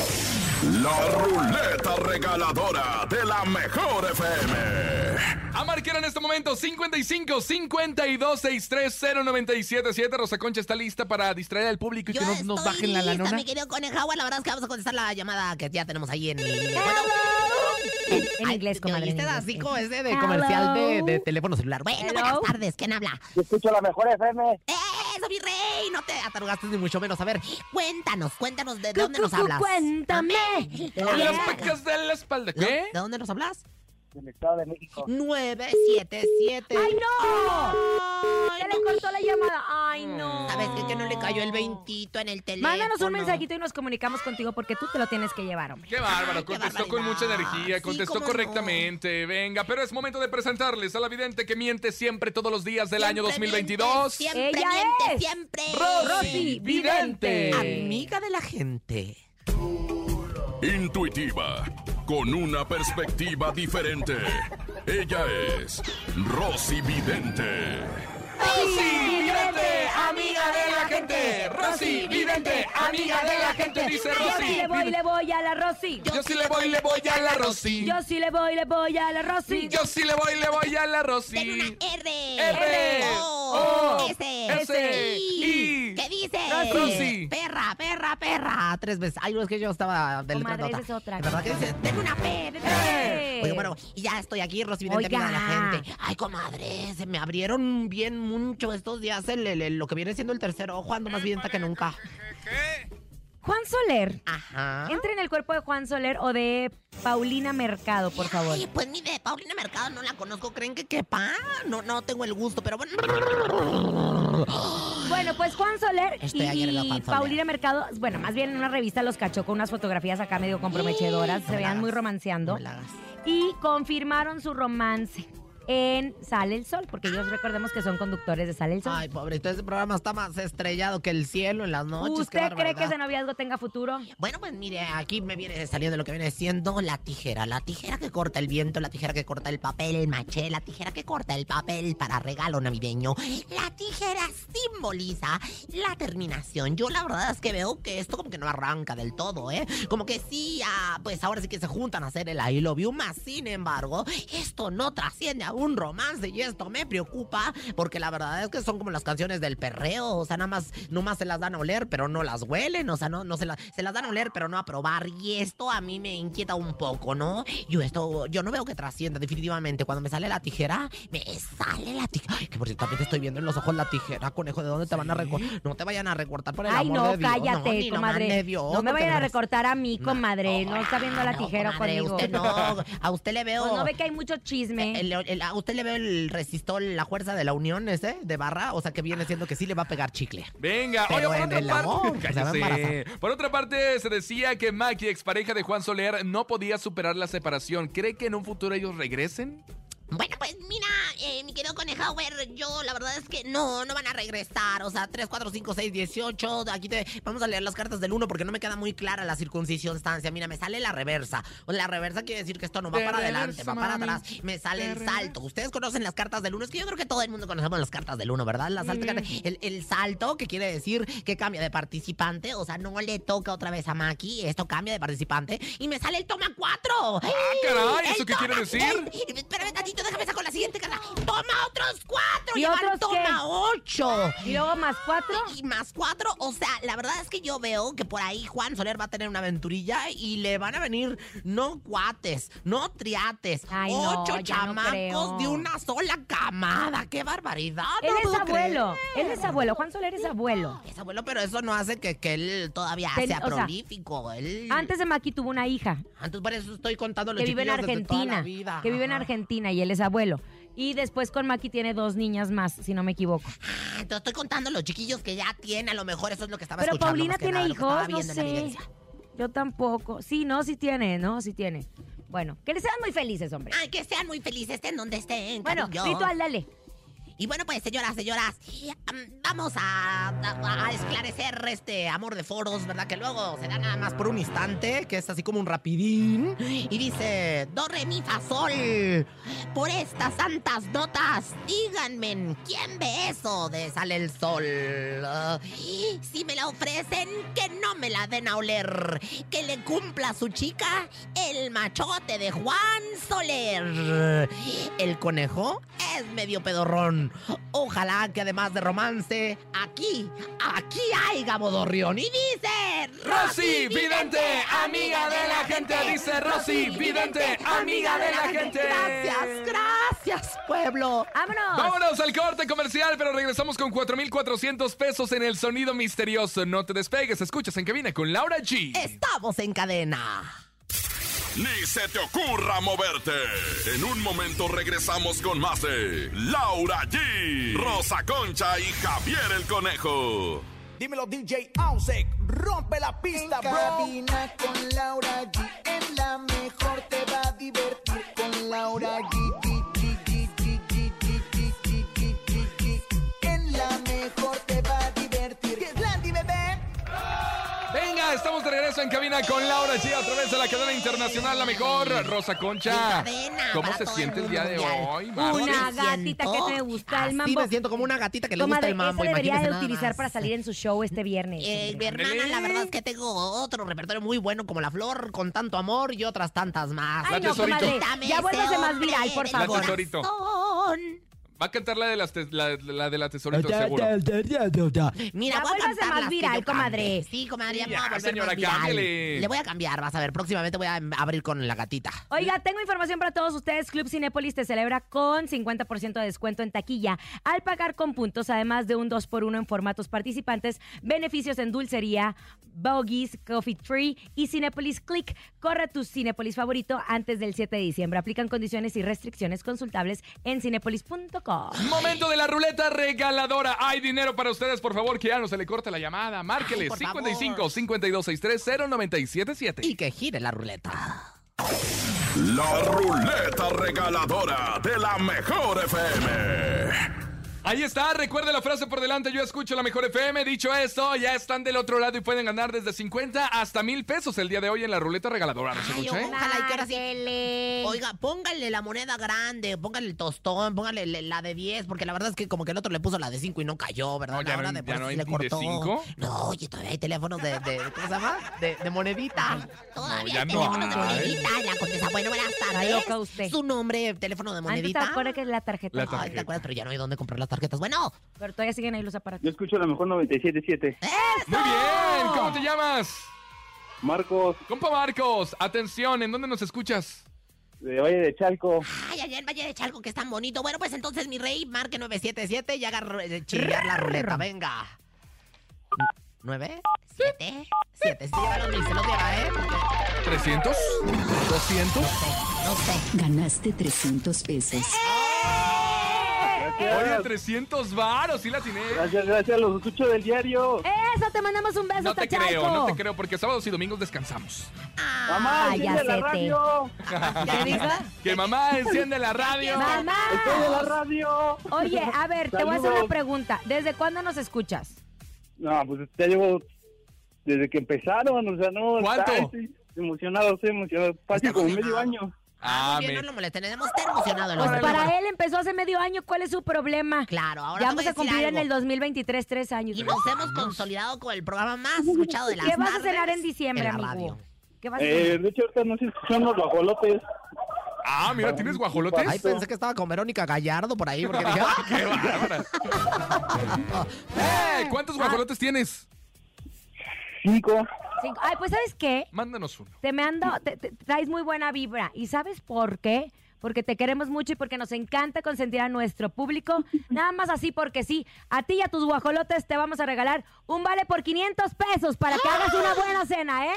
Speaker 1: La ruleta regaladora de la mejor FM.
Speaker 6: A marcar en este momento 55 52 630 Rosa Concha está lista para distraer al público y
Speaker 5: Yo
Speaker 6: que no
Speaker 5: estoy
Speaker 6: nos bajen la
Speaker 5: lista,
Speaker 6: lanona.
Speaker 5: mi querido Conejo. La verdad es que vamos a contestar la llamada que ya tenemos ahí en...
Speaker 4: En inglés,
Speaker 5: como
Speaker 4: comadre. en inglés.
Speaker 5: así como ese de
Speaker 4: Hello.
Speaker 5: comercial de, de teléfono celular. Bueno,
Speaker 4: Hello.
Speaker 5: buenas tardes. ¿Quién habla?
Speaker 7: Yo escucho la mejor FM.
Speaker 5: ¡Eso, mi rey! No te atarugaste ni mucho menos. A ver, cuéntanos, cuéntanos de
Speaker 4: Cu,
Speaker 5: dónde
Speaker 4: cu,
Speaker 5: nos
Speaker 4: cu,
Speaker 5: hablas.
Speaker 4: Cuéntame.
Speaker 6: Con las
Speaker 4: Yeah.
Speaker 6: pecas de la espalda.
Speaker 5: ¿No?
Speaker 6: ¿Qué?
Speaker 5: ¿De dónde nos hablas?
Speaker 7: Del Estado de México.
Speaker 5: 977.
Speaker 4: ¡Ay, no!
Speaker 5: Ay,
Speaker 4: Se le cortó la llamada. ¡Ay,
Speaker 6: Mm.
Speaker 4: no!
Speaker 5: ¿Sabes qué? Que no le cayó el veintito en el teléfono.
Speaker 4: Mándanos un mensajito y nos comunicamos contigo porque tú te lo tienes que llevar, hombre.
Speaker 6: Qué bárbaro,
Speaker 5: Ay, qué
Speaker 6: contestó con mucha
Speaker 5: barbaridad.
Speaker 6: energía,
Speaker 5: Sí,
Speaker 6: contestó
Speaker 5: cómo no.
Speaker 6: correctamente. Venga, pero es momento de presentarles a la vidente que miente siempre todos los días del año
Speaker 5: Siempre
Speaker 6: 2022.
Speaker 5: miente, Siempre,
Speaker 4: Ella
Speaker 5: miente,
Speaker 4: es
Speaker 5: siempre.
Speaker 4: Rosy Vidente.
Speaker 6: Eh.
Speaker 5: Amiga de la gente.
Speaker 1: Intuitiva, con una perspectiva diferente. Ella es Rosy Vidente.
Speaker 6: Rosy Vidente, amiga de la gente. Rosy Vidente, amiga de la gente, dice
Speaker 4: Yo sí
Speaker 6: Rosy.
Speaker 4: le voy, le voy a la Rosy.
Speaker 6: Yo sí le voy, le voy a la Rosy.
Speaker 4: Yo sí le voy, le voy a la Rosy.
Speaker 6: Yo sí le voy, le voy a la
Speaker 5: Tiene una
Speaker 6: Rosy.
Speaker 5: R.
Speaker 6: R,
Speaker 5: O,
Speaker 6: O,
Speaker 5: S. E,
Speaker 6: S,
Speaker 5: I.
Speaker 6: I.
Speaker 5: ¿Qué dice?
Speaker 6: Rosy.
Speaker 5: Perra, perra, perra. Tres veces. Ay, no, es que yo estaba del
Speaker 4: Comadre,
Speaker 5: otra nota.
Speaker 4: esa es otra.
Speaker 5: ¿De ¿Verdad que dice? Deme una P. deme una P.
Speaker 4: Eh.
Speaker 5: Oye, bueno, y ya estoy aquí, Rosy, Vidente,
Speaker 4: Oiga.
Speaker 5: amiga de la gente. Ay, comadre, se me abrieron bien mucho estos días el- el- el- lo que viene siendo el tercer ojo, ando más vidente que nunca.
Speaker 4: Juan Soler.
Speaker 5: Ajá.
Speaker 4: Entra en el cuerpo de Juan Soler o de Paulina Mercado, por favor.
Speaker 5: Ay, pues ni de Paulina Mercado no la conozco. ¿Creen que quepa? No, no tengo el gusto, pero bueno.
Speaker 4: Bueno, pues Juan Soler
Speaker 5: Estoy
Speaker 4: y,
Speaker 5: ayer en la
Speaker 4: y
Speaker 5: Juan Soler.
Speaker 4: Paulina Mercado, bueno, más bien en una revista los cachó con unas fotografías acá medio comprometedoras,
Speaker 5: No
Speaker 4: se
Speaker 5: me la
Speaker 4: veían muy
Speaker 5: hagas,
Speaker 4: romanceando.
Speaker 5: no me la hagas.
Speaker 4: y confirmaron su romance en Sale el Sol, porque ellos recordemos que son conductores de Sale el Sol.
Speaker 5: Ah. Ay, pobrecito, ese programa está más estrellado que el cielo en las noches.
Speaker 4: ¿Usted
Speaker 5: qué
Speaker 4: cree que
Speaker 5: barbaridad.
Speaker 4: ese noviazgo tenga futuro?
Speaker 5: Bueno, pues mire, aquí me viene saliendo lo que viene siendo la tijera. La tijera que corta el viento, la tijera que corta el papel, el maché, la tijera que corta el papel para regalo navideño. La tijera simboliza la terminación. Yo la verdad es que veo que esto como que no arranca del todo, ¿eh? Como que sí, ah, pues ahora sí que se juntan a hacer el I love you, más sin embargo, esto no trasciende a un romance y esto me preocupa porque la verdad es que son como las canciones del perreo, o sea, nada más, nomás se las dan a oler, pero no las huelen, o sea, no, no se, la- se las dan a oler, pero no a probar y esto a mí me inquieta un poco, ¿no? Yo esto, yo no veo que trascienda definitivamente, cuando me sale la tijera, me sale la tijera, ay, que por cierto, también te estoy viendo en los ojos la tijera, conejo, ¿de dónde te van a recortar? No te vayan a recortar por el
Speaker 4: Ay,
Speaker 5: amor
Speaker 4: no,
Speaker 5: de Dios.
Speaker 4: cállate,
Speaker 5: ni nomás
Speaker 4: comadre.
Speaker 5: de Dios,
Speaker 4: no me
Speaker 5: porque
Speaker 4: vayan a
Speaker 5: verás.
Speaker 4: recortar a mí, comadre. No, está viendo la
Speaker 5: Ah, no,
Speaker 4: tijera
Speaker 5: comadre,
Speaker 4: conmigo.
Speaker 5: Usted no, a usted le veo.
Speaker 4: Pues no ve que hay mucho chisme.
Speaker 5: el- el- a usted le veo el resistol, la fuerza de la unión ese, de barra, o sea que viene siendo que sí le va a pegar chicle.
Speaker 6: Venga,
Speaker 5: Pero
Speaker 6: oye, por
Speaker 5: en
Speaker 6: otra
Speaker 5: el
Speaker 6: parte,
Speaker 5: amor, se va a
Speaker 6: Cállese.
Speaker 5: embarazar.
Speaker 6: Por otra parte, se decía que Maki, expareja de Juan Soler, no podía superar la separación. ¿Cree que en un futuro ellos regresen?
Speaker 5: Bueno, pues mira, eh, mi querido Conejauer, yo la verdad es que no, no van a regresar. O sea, 3, 4, 5, 6, 18. Aquí te vamos a leer las cartas del 1 porque no me queda muy clara la circuncisión-stancia. Mira, me sale la reversa. O la reversa quiere decir que esto no va
Speaker 6: De
Speaker 5: para adelante,
Speaker 6: reversa,
Speaker 5: va para
Speaker 6: mami.
Speaker 5: atrás. Me sale el salto. Ustedes conocen las cartas del 1. Es que yo creo que todo el mundo conocemos las cartas del 1, ¿verdad? Las altas
Speaker 6: Mm.
Speaker 5: cartas- el, el salto, que quiere decir que cambia de participante. O sea, no le toca otra vez a Maki. Esto cambia de participante. Y me sale el toma 4. ¡Ah,
Speaker 6: caray! ¿Eso qué quiere decir?
Speaker 5: Espérame tantito, déjame sacar la siguiente carta. ¡Toma otros cuatro!
Speaker 4: ¿Y otros qué?
Speaker 5: 8.
Speaker 4: Y luego más cuatro.
Speaker 5: Y más cuatro, o sea, la verdad es que yo veo que por ahí Juan Soler va a tener una aventurilla y le van a venir no cuates, no triates,
Speaker 4: Ay, no,
Speaker 5: ocho
Speaker 4: ya no
Speaker 5: chamacos
Speaker 4: creo.
Speaker 5: de una sola camada. ¡Qué barbaridad!
Speaker 4: Él
Speaker 5: No
Speaker 4: es
Speaker 5: puedo
Speaker 4: abuelo.
Speaker 5: creer.
Speaker 4: Él es abuelo. Juan Soler es abuelo.
Speaker 5: Es abuelo, pero eso no hace que, que él todavía
Speaker 4: Ten-
Speaker 5: sea
Speaker 4: o sea,
Speaker 5: prolífico. él-
Speaker 4: Antes de Maki tuvo una hija
Speaker 5: Antes por eso estoy contando los
Speaker 4: que vive en
Speaker 5: chiquillos desde toda la
Speaker 4: Argentina.
Speaker 5: vida.
Speaker 4: Que vive en
Speaker 5: Ajá.
Speaker 4: Argentina y él es abuelo. Y después con Maki tiene dos niñas más, si no me equivoco.
Speaker 5: Ah, Entonces estoy contando los chiquillos que ya tiene, a lo mejor eso es lo que estaba
Speaker 4: Pero
Speaker 5: escuchando.
Speaker 4: Paulina
Speaker 5: más que
Speaker 4: tiene
Speaker 5: nada, lo que estaba
Speaker 4: hijos, no
Speaker 5: viendo en la
Speaker 4: sé.
Speaker 5: evidencia.
Speaker 4: Yo tampoco. Sí, no, sí tiene, no, sí tiene. Bueno, que les sean muy felices, hombre.
Speaker 5: Ay, que sean muy felices, estén donde estén.
Speaker 4: Bueno,
Speaker 5: cariño.
Speaker 4: ritual, dale.
Speaker 5: Y bueno, pues, señoras, señoras, am, vamos a, a- a esclarecer este amor de foros, ¿verdad? Que luego se da nada más por un instante, que es así como un rapidín. Y dice, do, re, mi, fa, sol. Por estas santas notas, díganme, ¿quién ve eso de sale el sol? Ah, Si me la ofrecen, que no me la den a oler. Que le cumpla a su chica el machote de Juan Soler. El conejo es medio pedorrón. Ojalá que además de romance, aquí, aquí hay gabodorrión. Y dice...
Speaker 6: Rosy Vidente, amiga de la gente, dice Rosy Vidente, amiga de la gente.
Speaker 5: Gracias, gracias, pueblo.
Speaker 4: ¡Vámonos!
Speaker 6: Vámonos al corte comercial, pero regresamos con 4,400 pesos en el sonido misterioso. No te despegues, escuchas en cabina con Laura G.
Speaker 5: Estamos en cadena.
Speaker 1: Ni se te ocurra moverte. En un momento regresamos con más de Laura G, Rosa Concha y Javier el Conejo.
Speaker 2: Dímelo DJ Ausek, rompe la pista, bro.
Speaker 10: Cabina con Laura G. En la mejor te va a divertir con Laura G. G, G, G, G, G, G, G, G, G, G, G. En la mejor te va a divertir. ¡Que es Landy, bebé!
Speaker 6: Venga, estamos de regreso en cabina con Laura G a través de la cadena internacional La Mejor. Rosa Concha,
Speaker 5: cadena
Speaker 6: ¿cómo
Speaker 5: para
Speaker 6: se
Speaker 5: todo
Speaker 6: siente el
Speaker 5: mundo
Speaker 6: día de
Speaker 5: mundial.
Speaker 6: hoy?
Speaker 4: Una
Speaker 6: Mago?
Speaker 5: Me
Speaker 4: gatita
Speaker 5: siento
Speaker 4: que te gusta el
Speaker 5: así,
Speaker 4: mambo.
Speaker 5: me siento como una gatita que le gusta
Speaker 4: Comadre,
Speaker 5: el mambo.
Speaker 4: esa debería
Speaker 5: imagínese
Speaker 4: de
Speaker 5: nada
Speaker 4: utilizar
Speaker 5: más.
Speaker 4: para salir en su show este viernes.
Speaker 5: Eh,
Speaker 4: hombre.
Speaker 5: hermana, la verdad es que tengo otro repertorio muy bueno como La Flor, con tanto amor y otras tantas más.
Speaker 4: Ay,
Speaker 6: no, tesorito. comadre,
Speaker 5: Dame
Speaker 4: ya
Speaker 5: ese
Speaker 4: vuélvase más
Speaker 5: hombre
Speaker 4: viral, por
Speaker 5: del
Speaker 6: favor. La tesorito.
Speaker 5: corazón.
Speaker 6: Va a cantar la de, las tes- la, la de la tesorito, seguro.
Speaker 4: Ya
Speaker 5: Mira, voy a
Speaker 4: vuélvase
Speaker 5: cantar
Speaker 4: más
Speaker 5: las que
Speaker 4: viral,
Speaker 5: yo cante.
Speaker 4: comadre.
Speaker 5: Sí, comadre, ya, me
Speaker 6: Ya,
Speaker 5: voy a volver
Speaker 6: señora,
Speaker 5: más viral.
Speaker 6: cámbiale.
Speaker 5: Le voy a cambiar, vas a ver. Próximamente voy a em- abrir con la gatita.
Speaker 4: Oiga, tengo información para todos ustedes. Club Cinépolis te celebra con 50% de descuento en taquilla al pagar con puntos, además de un 2x1 en formatos participantes, beneficios en dulcería, bogies, coffee tree y Cinépolis Click. Corre tu Cinépolis favorito antes del 7 de diciembre. Aplican condiciones y restricciones consultables en cinépolis.com.
Speaker 6: Momento de la ruleta regaladora. Hay dinero para ustedes, por favor, que ya no se le corte la llamada. Márqueles
Speaker 5: por
Speaker 6: 55 52 63 0977.
Speaker 5: Y que gire la ruleta.
Speaker 1: La ruleta regaladora de la mejor FM.
Speaker 6: Ahí está, recuerde la frase por delante, yo escucho la mejor FM. Dicho esto, ya están del otro lado y pueden ganar desde 50 hasta mil pesos el día de hoy en la ruleta regaladora. ¿No se
Speaker 5: Ay,
Speaker 6: escucha, eh?
Speaker 5: ojalá y que ahora sí.
Speaker 4: Márquele.
Speaker 5: Oiga, póngale la moneda grande, póngale el tostón, póngale le- la de 10, porque la verdad es que como que el otro le puso la de 5 y no cayó, ¿verdad?
Speaker 6: No, ya
Speaker 5: la hora
Speaker 6: no-
Speaker 5: de
Speaker 6: ya
Speaker 5: por
Speaker 6: no
Speaker 5: sí
Speaker 6: hay
Speaker 5: le
Speaker 6: ni de
Speaker 5: cortó.
Speaker 6: cinco.
Speaker 5: No, oye, todavía hay teléfonos de, de ¿cómo se llama? De, de monedita. Todavía
Speaker 6: ya
Speaker 5: hay
Speaker 6: no
Speaker 5: teléfonos de
Speaker 6: hay.
Speaker 5: monedita. Y la contesta, bueno, buenas tardes.
Speaker 4: loca usted.
Speaker 5: Su nombre, teléfono de
Speaker 4: Antes te
Speaker 5: monedita.
Speaker 4: acuerdas que es la tarjeta.
Speaker 6: La
Speaker 5: Ay,
Speaker 6: tarjeta.
Speaker 5: ¿te acuerdas? Pero ya no hay dónde comprar las tarjetas. Bueno,
Speaker 4: Pero todavía siguen ahí los aparatos.
Speaker 7: Yo escucho la mejor 97.7.
Speaker 6: Muy bien, ¿cómo te llamas?
Speaker 7: Marcos,
Speaker 6: Compa Marcos, atención, ¿en dónde nos escuchas?
Speaker 7: de Valle de Chalco.
Speaker 5: ay, allá en Valle de Chalco, que es tan bonito. Bueno, pues entonces, mi rey, marque 977 y haga ru- eh, chillar la ruleta. Venga. ¿Nueve? ¿Siete? ¿Siete? Sí, lleva los mil, se los lleva, ¿eh? Porque-
Speaker 6: ¿300? ¿200?
Speaker 5: No sé.
Speaker 11: Ganaste 300 pesos.
Speaker 6: Oye,
Speaker 7: Gracias,
Speaker 6: 300 varos, sí la tiene.
Speaker 7: gracias, gracias, los escucho del diario.
Speaker 4: Eso, te mandamos un beso,
Speaker 6: No te
Speaker 4: Tachalco.
Speaker 6: creo, no te creo, porque sábados y domingos descansamos.
Speaker 7: Mamá,
Speaker 4: Ay,
Speaker 7: enciende la
Speaker 4: ya sé, te.
Speaker 7: radio.
Speaker 5: ¿Qué dijo?
Speaker 6: Que mamá enciende la radio.
Speaker 7: Estoy en
Speaker 4: ¡Mamá!
Speaker 7: la radio.
Speaker 4: Oye, a ver, te voy a hacer
Speaker 7: Saludos.
Speaker 4: una pregunta. ¿Desde cuándo nos escuchas?
Speaker 7: No, pues ya llevo desde que empezaron, o sea, no.
Speaker 6: ¿Cuánto?
Speaker 7: está- Estoy emocionado, estoy emocionado. Pasa
Speaker 5: Está
Speaker 7: como medio
Speaker 5: emocionado.
Speaker 7: año.
Speaker 6: Ah,
Speaker 5: Bien,
Speaker 6: me-
Speaker 5: no lo molesten, tenemos estar emocionado el
Speaker 4: Pues
Speaker 5: hombre.
Speaker 4: para él empezó hace medio año. ¿Cuál es su problema?
Speaker 5: Claro, ahora
Speaker 4: ya
Speaker 5: te
Speaker 4: vamos
Speaker 5: voy
Speaker 4: a
Speaker 5: decir
Speaker 4: cumplir en
Speaker 5: algo.
Speaker 4: el 2023 tres años.
Speaker 5: Y nos hemos consolidado con el programa más escuchado de las
Speaker 4: ¿Qué vas a
Speaker 5: tardes
Speaker 4: cenar en diciembre,
Speaker 5: en la
Speaker 4: amigo?
Speaker 5: radio.
Speaker 4: ¿Qué vas a
Speaker 7: Eh,
Speaker 4: cenar?
Speaker 7: de hecho, ahorita no se escuchan los guajolotes.
Speaker 6: Ah, mira, ¿tienes guajolotes?
Speaker 5: Ay, pensé que estaba con Verónica Gallardo por ahí, porque dije, ¡ah!
Speaker 6: ¡Qué bárbara!
Speaker 5: Ah.
Speaker 6: ¡Eh! ¿Cuántos guajolotes tienes?
Speaker 7: Cinco.
Speaker 4: Cinco. Ay, pues ¿sabes qué?
Speaker 6: Mándanos uno.
Speaker 4: Te me ando, te, te- traes muy buena vibra. ¿Y sabes por qué? Porque te queremos mucho y porque nos encanta consentir a nuestro público. Nada más así porque sí. A ti y a tus guajolotes te vamos a regalar un vale por 500 pesos para que hagas una buena cena, ¿eh?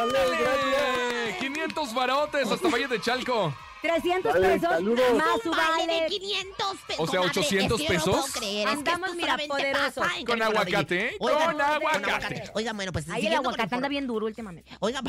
Speaker 6: ¡Ándale! 500 varotes hasta Valle de Chalco.
Speaker 4: 300
Speaker 6: Vale,
Speaker 4: pesos
Speaker 6: saludos.
Speaker 4: más su
Speaker 5: Un vale de
Speaker 4: vale.
Speaker 5: 500 pesos.
Speaker 6: O sea, 800 pesos.
Speaker 4: Andamos, mira, poderosos.
Speaker 6: Con aguacate, ¿eh? Con aguacate.
Speaker 5: Oigan, bueno, pues.
Speaker 4: Ahí el
Speaker 5: siguiendo con Ah,
Speaker 4: aguacate anda bien duro últimamente.
Speaker 5: Oigan,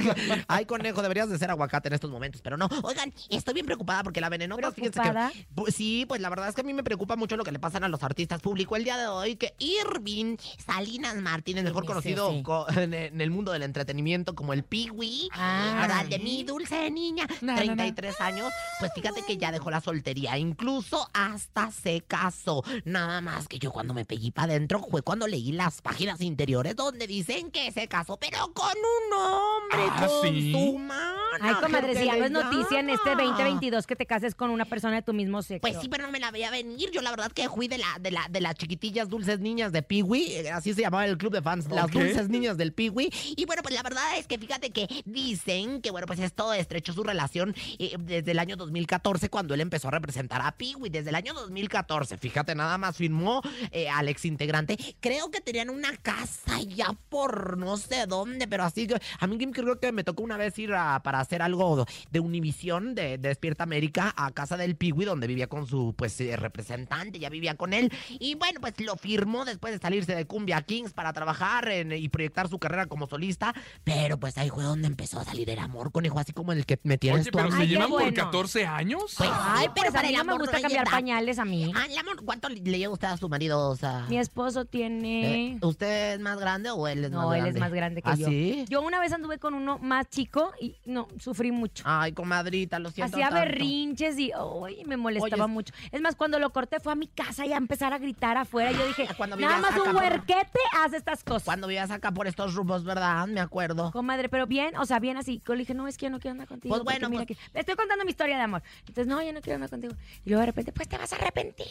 Speaker 5: ay, conejo, deberías de ser aguacate en estos momentos, pero no. Oigan, estoy bien preocupada porque la venenota, fíjense que.
Speaker 4: ¿Preocupada?
Speaker 5: Pues sí, pues la verdad es que a mí me preocupa mucho lo que le pasan a los artistas públicos el día de hoy, que Irving Salinas Martínez, mejor
Speaker 4: ¿Quién es
Speaker 5: conocido
Speaker 4: ese?
Speaker 5: co- en, en el mundo del entretenimiento como el Piwi,
Speaker 4: Ah.
Speaker 5: ¿verdad? De mi dulce niña,
Speaker 4: No, no, no.
Speaker 5: 33 años, pues fíjate que ya dejó la soltería, incluso hasta se casó. Nada más que yo cuando me pegué para adentro fue cuando leí las páginas interiores donde dicen que se casó, pero con un hombre,
Speaker 6: Ah,
Speaker 5: con
Speaker 6: ¿sí?
Speaker 5: su mano.
Speaker 4: Ay, comadre, si ya no es
Speaker 5: Qué
Speaker 4: noticia en este
Speaker 5: belleza.
Speaker 4: 2022 que te cases con una persona de tu mismo sexo.
Speaker 5: Pues sí, pero no me la veía venir. Yo la verdad que fui de la de la de las chiquitillas dulces niñas de Piwi, eh, así se llamaba el club de fans, las
Speaker 6: Ok.
Speaker 5: dulces niñas del Piwi. Y bueno, pues la verdad es que fíjate que dicen que bueno, pues esto estrechó su relación eh, desde el año 2014 cuando él empezó a representar a Piwi desde el año 2014. Fíjate, nada más firmó eh, al exintegrante. Creo que tenían una casa ya por no sé dónde, pero así que a mí creo que me tocó una vez ir a- para hacer algo de Univisión, de, de Despierta América, a casa del Piwi, donde vivía con su pues eh, representante, ya vivía con él. Y bueno, pues lo firmó después de salirse de Cumbia Kings para trabajar en- y proyectar su carrera como solista. Pero pues ahí fue donde empezó a salir el amor, conejo, así como el que me tienes
Speaker 6: Oye,
Speaker 5: tú a
Speaker 6: pero
Speaker 5: mí.
Speaker 6: ¿se
Speaker 4: Ay, qué
Speaker 6: llevan por
Speaker 4: bueno.
Speaker 6: 14 años?
Speaker 5: Pues,
Speaker 4: Ay,
Speaker 5: sí,
Speaker 4: pues
Speaker 5: pero
Speaker 4: a mí no me
Speaker 5: amor
Speaker 4: gusta
Speaker 5: hay
Speaker 4: cambiar
Speaker 5: edad.
Speaker 4: pañales a mí.
Speaker 5: Ah, el amor, ¿cuánto le le lleva usted a su marido? O sea,
Speaker 4: Mi esposo
Speaker 5: eh,
Speaker 4: tiene...
Speaker 5: ¿Usted es más grande o él es más
Speaker 4: No,
Speaker 5: grande?
Speaker 4: él es más grande que
Speaker 5: ¿Ah,
Speaker 4: yo.
Speaker 5: sí?
Speaker 4: Yo una vez anduve con uno más chico y no, sufrí mucho.
Speaker 5: Ay, comadrita, lo siento
Speaker 4: Hacía
Speaker 5: Ah, tanto.
Speaker 4: berrinches y ay, me molestaba
Speaker 5: Oye,
Speaker 4: mucho. Es más, cuando lo corté fue a mi casa y a empezar a gritar afuera. Yo dije,
Speaker 5: Ah, Cuando
Speaker 4: nada
Speaker 5: vivías
Speaker 4: más
Speaker 5: acá
Speaker 4: un
Speaker 5: por-
Speaker 4: huerquete hace estas cosas.
Speaker 5: Cuando vivías acá por estos rumbos, ¿verdad? Me acuerdo.
Speaker 4: Comadre, pero bien, o sea, bien así. Yo le dije, no, es que yo no quiero andar contigo.
Speaker 5: Pues
Speaker 4: Pues
Speaker 5: bueno,
Speaker 4: bueno, mira
Speaker 5: pues-
Speaker 4: que- le estoy contando mi historia de amor. Entonces, no, yo no quiero andar contigo. Y luego de repente, pues te vas a arrepentir.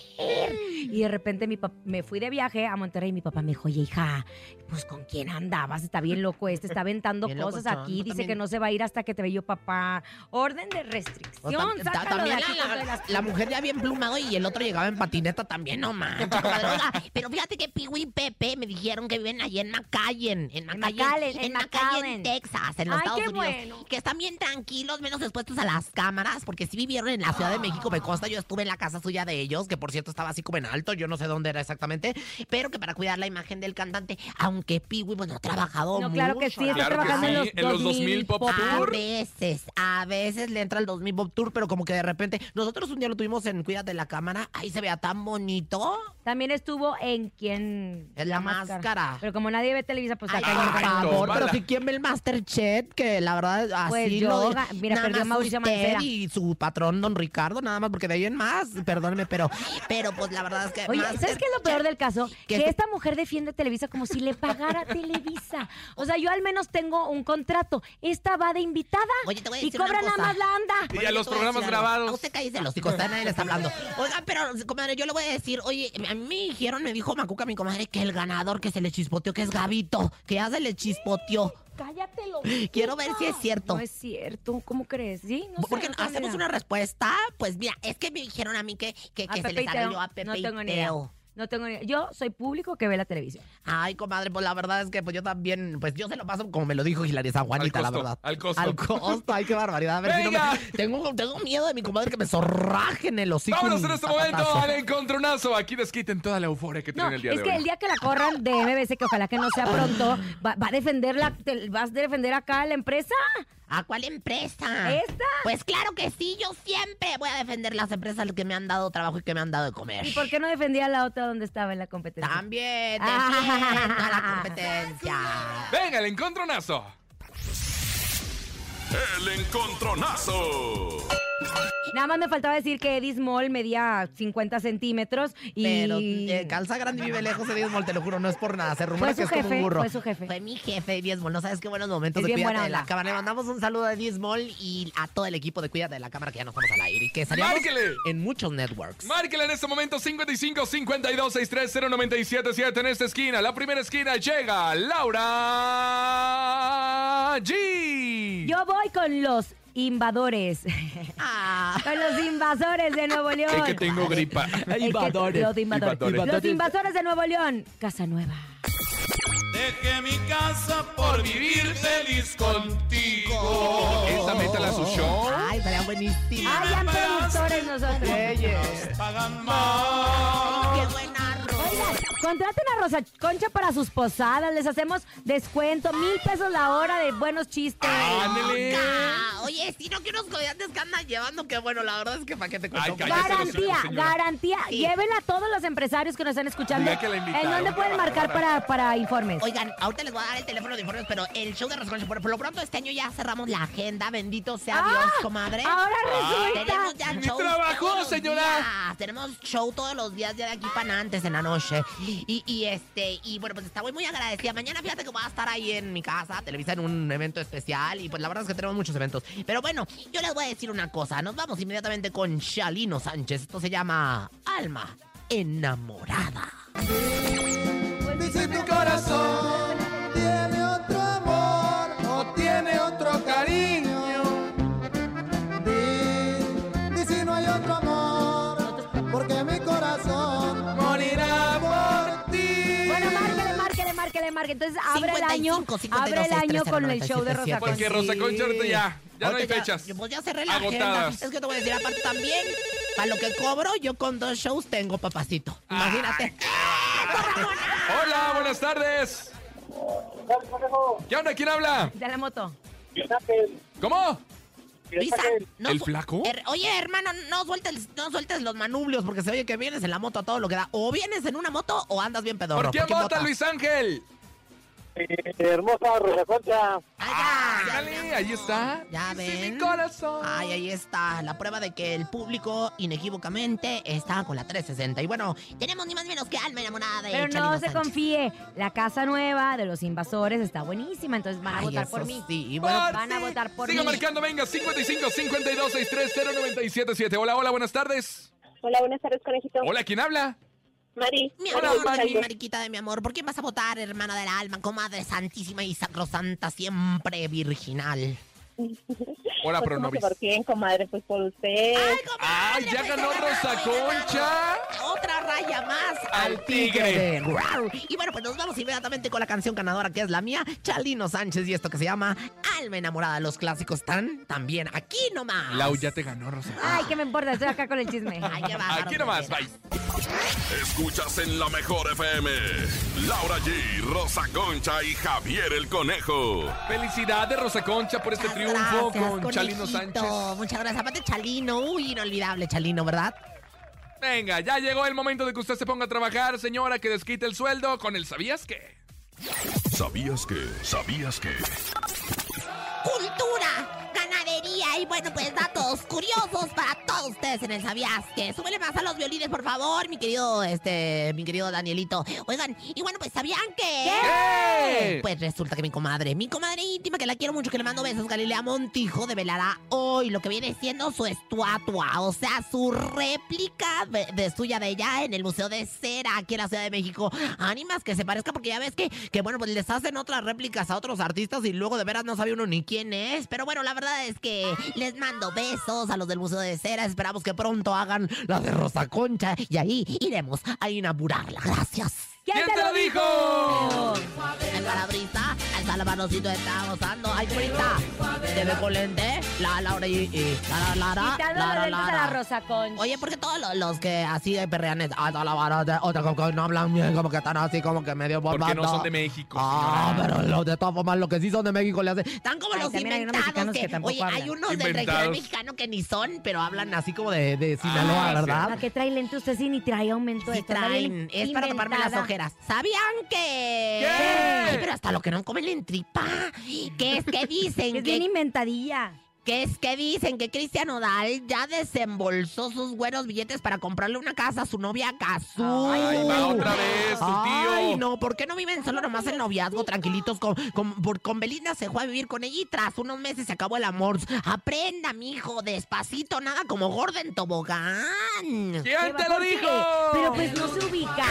Speaker 4: Y de repente mi pap- me fui de viaje a Monterrey y mi papá me dijo, oye, hija, pues con quién andabas, está bien loco este, está aventando
Speaker 5: Bien
Speaker 4: cosas
Speaker 5: locochón,
Speaker 4: aquí,
Speaker 5: pues,
Speaker 4: dice
Speaker 5: también-
Speaker 4: que no se va a ir hasta que te ve yo, papá. Orden de restricción,
Speaker 5: O Pues, tam- ta-
Speaker 4: sácalo de
Speaker 5: también
Speaker 4: aquí,
Speaker 5: la,
Speaker 4: hijo de las-
Speaker 5: la mujer ya bien plumado y el otro llegaba en patineta también, no manches. comadre. Oiga, pero fíjate que Piwi y Pepe me dijeron que viven allí en McAllen, en McAllen,
Speaker 4: McAllen,
Speaker 5: en
Speaker 4: en
Speaker 5: McAllen,
Speaker 4: McAllen.
Speaker 5: Texas, en los
Speaker 4: Ay,
Speaker 5: Estados
Speaker 4: qué
Speaker 5: Unidos.
Speaker 4: bueno.
Speaker 5: Que están bien tranquilos, menos expuestos a las cámaras, porque sí vivieron en la Ciudad de México, me consta, yo estuve en la casa suya de ellos, que por cierto estaba así como en alto, yo no sé dónde era exactamente, pero que para cuidar la imagen del cantante, aunque Piwi, bueno, ha trabajado
Speaker 4: No, claro que
Speaker 5: mucho,
Speaker 4: sí,
Speaker 5: la
Speaker 4: está
Speaker 6: Claro que
Speaker 5: verdad.
Speaker 4: trabajando en los,
Speaker 6: sí, en los 2000 Pop
Speaker 5: A
Speaker 6: Tour.
Speaker 5: veces, a veces le entra el 2000 Bob Tour, pero como que de repente. Nosotros un día lo tuvimos en Cuídate la cámara, ahí se vea tan bonito.
Speaker 4: También estuvo en quien...
Speaker 5: En la máscara.
Speaker 4: Pero como nadie ve Televisa, pues
Speaker 5: Ay,
Speaker 4: acá hay
Speaker 5: por
Speaker 4: una-
Speaker 5: favor,
Speaker 6: tómala.
Speaker 5: pero si quién ve el Masterchef, que la verdad así
Speaker 4: Pues yo,
Speaker 5: lo.
Speaker 4: ga- mira,
Speaker 5: nada
Speaker 4: perdió
Speaker 5: más
Speaker 4: Mauricio
Speaker 5: usted
Speaker 4: Mancera.
Speaker 5: Y su patrón, don Ricardo, nada más, porque de ahí en más, perdóneme, pero. Pero pues la verdad es que.
Speaker 4: Oye, ¿sabes qué es lo peor del caso?
Speaker 5: ¿Qué?
Speaker 4: Que esta mujer defiende a Televisa como si le pagara Televisa. O sea, yo al menos tengo un contrato. Esta va de invitada
Speaker 5: Oye, te voy a
Speaker 4: y
Speaker 5: decir una
Speaker 4: cobra nada
Speaker 5: cosa.
Speaker 4: más la anda.
Speaker 6: Y a los programas grabados.
Speaker 5: No se cállese los hijos, nadie le está hablando. Oigan, pero, comadre, yo le voy a decir, oye, a mí me dijeron, me dijo Macuca, mi comadre, que el ganador que se le chispoteó, que es Gabito, que ya se le chispoteó.
Speaker 4: Cállatelo.
Speaker 5: Quiero ver si es cierto.
Speaker 4: No es cierto. ¿Cómo crees? ¿Sí? No sé,
Speaker 5: Porque
Speaker 4: no tengo
Speaker 5: hacemos
Speaker 4: idea.
Speaker 5: una respuesta, pues mira, es que me dijeron a mí que, que,
Speaker 4: A
Speaker 5: que se
Speaker 4: Pepe
Speaker 5: le
Speaker 4: y Teo,
Speaker 5: salió a Pepe
Speaker 4: No
Speaker 5: y
Speaker 4: tengo ni idea.
Speaker 5: Teo.
Speaker 4: No tengo ni idea. Yo soy público que ve la televisión.
Speaker 5: Ay, comadre, pues la verdad es que pues yo también, pues yo se lo paso como me lo dijo Hilaria San Juanita,
Speaker 6: Al
Speaker 5: la
Speaker 6: costo,
Speaker 5: verdad.
Speaker 6: al costo.
Speaker 5: Al costo, ay, qué barbaridad. A ver si no
Speaker 6: Venga.
Speaker 5: me- tengo, tengo miedo de mi comadre que me zorrajen el hocico.
Speaker 6: Vámonos
Speaker 5: un
Speaker 6: en este
Speaker 5: zapatazo.
Speaker 6: momento al encontronazo. Aquí desquiten toda la euforia que
Speaker 4: No,
Speaker 6: tienen el día
Speaker 4: es
Speaker 6: de
Speaker 4: que
Speaker 6: hoy.
Speaker 4: el día que la corran de MBC, que ojalá que no sea pronto, va, va a defender la, te- vas a defender acá a la empresa.
Speaker 5: ¿A cuál empresa?
Speaker 4: ¿Esta?
Speaker 5: Pues claro que sí, yo siempre voy a defender las empresas que me han dado trabajo y que me han dado de comer.
Speaker 4: ¿Y por qué no defendía a la otra donde estaba en la competencia?
Speaker 5: También
Speaker 4: Ah.
Speaker 5: defiendo a la competencia.
Speaker 6: Venga, el encontronazo.
Speaker 1: El encontronazo.
Speaker 4: Nada más me faltaba decir que Eddie Small medía 50 centímetros y...
Speaker 5: Pero eh, calza grande y vive lejos de Diezmol, te lo juro, no es por nada. Se rumora
Speaker 4: Fue su
Speaker 5: que es como un
Speaker 4: jefe,
Speaker 5: burro.
Speaker 4: fue su jefe.
Speaker 5: Fue mi jefe, Diezmol. No sabes qué buenos momentos
Speaker 4: Es
Speaker 5: de
Speaker 4: bien
Speaker 5: Cuídate
Speaker 4: buena
Speaker 5: de la
Speaker 4: onda.
Speaker 5: Cámara. Le mandamos un saludo a Diezmol y a todo el equipo de Cuídate de la Cámara que ya nos vamos al aire y que salíamos
Speaker 6: ¡Márquele!
Speaker 5: en muchos networks.
Speaker 6: Márquela en este momento 55 52 630 977 en esta esquina. La primera esquina llega Laura G.
Speaker 4: Yo voy con los invadores.
Speaker 5: Ah,
Speaker 4: con los invasores de Nuevo León.
Speaker 6: Es que tengo gripa.
Speaker 4: Es que- Los invadores. Los invasores de Nuevo León. Casa Nueva.
Speaker 12: Dejé mi casa por vivir feliz contigo.
Speaker 6: Esa métela a su
Speaker 4: Oh.
Speaker 6: show.
Speaker 5: Ay, estaría buenísimo.
Speaker 4: Ay, ya productores nosotros.
Speaker 12: Pagan más.
Speaker 5: ¡Qué buena
Speaker 4: Oigan, contraten a Rosa Concha para sus posadas. Les hacemos descuento. Mil pesos la hora de buenos chistes.
Speaker 6: Ándele.
Speaker 5: roca! Oye, si no que unos comediantes que andan llevando, que bueno, la verdad es que para qué te cuento.
Speaker 6: Ay, cállate.
Speaker 4: Garantía,
Speaker 6: señora.
Speaker 4: garantía.
Speaker 5: Sí.
Speaker 4: Llévenla a todos los empresarios que nos están escuchando.
Speaker 6: Diga que la
Speaker 4: ¿En
Speaker 6: invitaron,
Speaker 4: dónde pueden
Speaker 6: Bárbara.
Speaker 4: marcar para, para informes?
Speaker 5: Oigan, ahorita les voy a dar el teléfono de informes, pero el show de Rasconcha, por por lo pronto este año ya cerramos la agenda, bendito sea
Speaker 4: Ah,
Speaker 5: Dios, comadre.
Speaker 4: Ahora
Speaker 5: Tenemos
Speaker 4: resulta.
Speaker 5: ya
Speaker 6: ¡Mi
Speaker 5: show.
Speaker 6: trabajo,
Speaker 5: todos los
Speaker 6: señora!
Speaker 5: días. Tenemos show todos los días ya de aquí para antes en la noche. Y, y este, y bueno, pues está muy, muy agradecida. Mañana fíjate que voy a estar ahí en mi casa, Televisa en un evento especial. Y pues la verdad es que tenemos muchos eventos. Pero bueno, yo les voy a decir una cosa. Nos vamos inmediatamente con Shalino Sánchez. Esto se llama Alma Enamorada.
Speaker 12: Si tu corazón tiene otro amor o tiene otro cariño, di, di si no hay otro amor, porque mi corazón morirá por ti.
Speaker 4: Bueno, márquele, márquele, márquele, márquele. Entonces abre el año,
Speaker 5: 55, 52,
Speaker 4: abre el año
Speaker 5: 630,
Speaker 4: con el show de
Speaker 5: 97,
Speaker 4: Rosa
Speaker 5: Porque
Speaker 6: Porque
Speaker 4: Concha.
Speaker 6: Rosa Concha ahorita ya. Ya no hay
Speaker 5: Ahorita
Speaker 6: fechas.
Speaker 5: yo- pues ya cerré la
Speaker 6: Agotadas.
Speaker 5: agenda. Es que te voy a decir, aparte también, para lo que cobro, yo con dos shows tengo papacito.
Speaker 6: Ah.
Speaker 5: Imagínate.
Speaker 6: Hola, buenas tardes. ¿Qué onda? ¿Quién habla?
Speaker 4: De la moto.
Speaker 6: ¿Cómo?
Speaker 5: Luisa, no
Speaker 6: ¿El
Speaker 5: su-
Speaker 6: flaco?
Speaker 5: her- oye, hermano, no sueltes, no sueltes los manubrios porque se oye que vienes en la moto a todo lo que da. O vienes en una moto o andas bien pedorro.
Speaker 6: ¿Por qué vota
Speaker 5: votas?
Speaker 6: Luis Ángel?
Speaker 7: hermosa Rosa Concha.
Speaker 5: Ay, ya,
Speaker 6: Ándale,
Speaker 5: ya, mi
Speaker 6: ahí
Speaker 5: amor.
Speaker 6: está.
Speaker 5: Ya
Speaker 6: Dice
Speaker 5: ven.
Speaker 6: mi corazón.
Speaker 5: Ay, ahí está, la prueba de que el público inequívocamente está con la 360. Y bueno, tenemos ni más ni menos que alma enamorada de
Speaker 4: Pero
Speaker 5: Chalino
Speaker 4: no se
Speaker 5: Sánchez.
Speaker 4: confíe. La casa nueva de los invasores está buenísima. Entonces van a
Speaker 5: Ay,
Speaker 4: votar
Speaker 5: eso
Speaker 4: por mí.
Speaker 5: Sí, y bueno,
Speaker 4: Van a votar por
Speaker 6: Siga
Speaker 4: mí.
Speaker 6: marcando, venga, 55 52 630 977. Hola, hola, buenas tardes.
Speaker 8: Hola, buenas tardes, conejito.
Speaker 6: Hola, ¿quién habla?
Speaker 8: Mari.
Speaker 5: Mi
Speaker 8: Hola,
Speaker 5: amor,
Speaker 8: Mari.
Speaker 5: mi mariquita de mi amor, ¿por quién vas a votar, hermana del alma, comadre santísima y sacrosanta, siempre virginal?
Speaker 8: Pues,
Speaker 6: Hola,
Speaker 8: ¿cómo
Speaker 6: Pronovis.
Speaker 8: que ¿Por quién, comadre? Pues por usted.
Speaker 6: ¡Ay,
Speaker 5: pues,
Speaker 6: ya ganó Rosa Concha!
Speaker 5: Otra raya más
Speaker 6: Al tigre.
Speaker 5: de Guau. Y bueno, pues nos vamos inmediatamente con la canción ganadora que es la mía, Chalino Sánchez, y esto que se llama Alma Enamorada. Los clásicos están también aquí nomás.
Speaker 6: Lau ya te ganó, Rosa.
Speaker 4: Ay, ¿qué me importa? Estoy acá con el chisme.
Speaker 5: Ay, qué bárbaro,
Speaker 6: Aquí
Speaker 5: de
Speaker 6: nomás,
Speaker 5: veras.
Speaker 6: bye.
Speaker 1: Escuchas en la mejor FM. Laura G, Rosa Concha y Javier el Conejo.
Speaker 6: Felicidades, Rosa Concha, por este
Speaker 5: Muchas
Speaker 6: triunfo
Speaker 5: gracias,
Speaker 6: con Chalino
Speaker 5: conejito.
Speaker 6: Sánchez.
Speaker 5: Muchas gracias. Aparte, Chalino, uy, inolvidable Chalino, ¿verdad?
Speaker 6: Venga, ya llegó el momento de que usted se ponga a trabajar, señora, que desquite el sueldo con el ¿Sabías qué?
Speaker 1: ¿Sabías que? ¿Sabías que?
Speaker 5: cultura, ganadería y bueno, pues datos curiosos para todos ustedes en el Sabías que. Súbele más a los violines, por favor, mi querido, este, mi querido Danielito. Oigan, y bueno, pues ¿sabían que?
Speaker 6: ¿Qué?
Speaker 5: Pues resulta que mi comadre, mi comadre íntima, que la quiero mucho, que le mando besos, Galilea Montijo, develará hoy lo que viene siendo su estatua, o sea, su réplica de, de suya de ella en el Museo de Cera, aquí en la Ciudad de México. Ánimas que se parezca, porque ya ves que, que bueno, pues les hacen otras réplicas a otros artistas y luego de veras no sabe uno ni quién es. Pero bueno, la verdad es que les mando besos a los del Museo de Cera. Esperamos que pronto hagan la de Rosa Concha y ahí iremos a inaugurarla. Gracias.
Speaker 6: ¿Quién te lo dijo?
Speaker 5: El palabrista, el salamanocito está gozando. Ay, bonita. Te ve con lente. La, la, la, y, y, la, la, la, la,
Speaker 4: Quitando
Speaker 5: la,
Speaker 4: los
Speaker 5: la,
Speaker 4: lentes a la
Speaker 5: la.
Speaker 4: Rosa Concha.
Speaker 5: Oye, porque todos los, los que así perrean es, ah, la barata, otra como que no hablan bien, como que están así, como que medio bombando.
Speaker 6: Porque no son de México.
Speaker 5: Ah,
Speaker 6: señora.
Speaker 5: pero los de todas formas, los que sí son de México le hacen. Están como
Speaker 4: Ay,
Speaker 5: los
Speaker 4: también hay unos
Speaker 5: inventados
Speaker 4: mexicanos
Speaker 5: que,
Speaker 4: que tampoco
Speaker 5: oye, hay
Speaker 4: hablan.
Speaker 5: unos del regional
Speaker 6: Inventados. Ah,
Speaker 5: mexicano que ni son, pero hablan así como de, de Sinaloa,
Speaker 6: sí.
Speaker 5: ¿verdad?
Speaker 4: ¿Para qué trae lente usted si ni trae aumento
Speaker 5: Sí
Speaker 4: de tono?
Speaker 5: traen, es para taparme las
Speaker 4: Inventada.
Speaker 5: ojeras. ¿Sabían que?
Speaker 6: ¿Qué?
Speaker 5: Ay, pero hasta lo que no comen le entripa. Que es que dicen
Speaker 4: Es bien
Speaker 5: que,
Speaker 4: inventadilla.
Speaker 5: Que es que dicen que Cristian Odal ya desembolsó sus buenos billetes para comprarle una casa a su novia Cazú.
Speaker 6: Ay, va otra vez, tu tío.
Speaker 5: Ay, no, ¿por qué no viven solo nomás el noviazgo, tranquilitos? Con, con, por- con Belinda se fue a vivir con ella y tras unos meses se acabó el amor. Aprenda, mijo, despacito, nada como Gordon Tobogán. ¿Quién
Speaker 4: ¿Qué va? ¿Por qué? Pero pues no se ubica.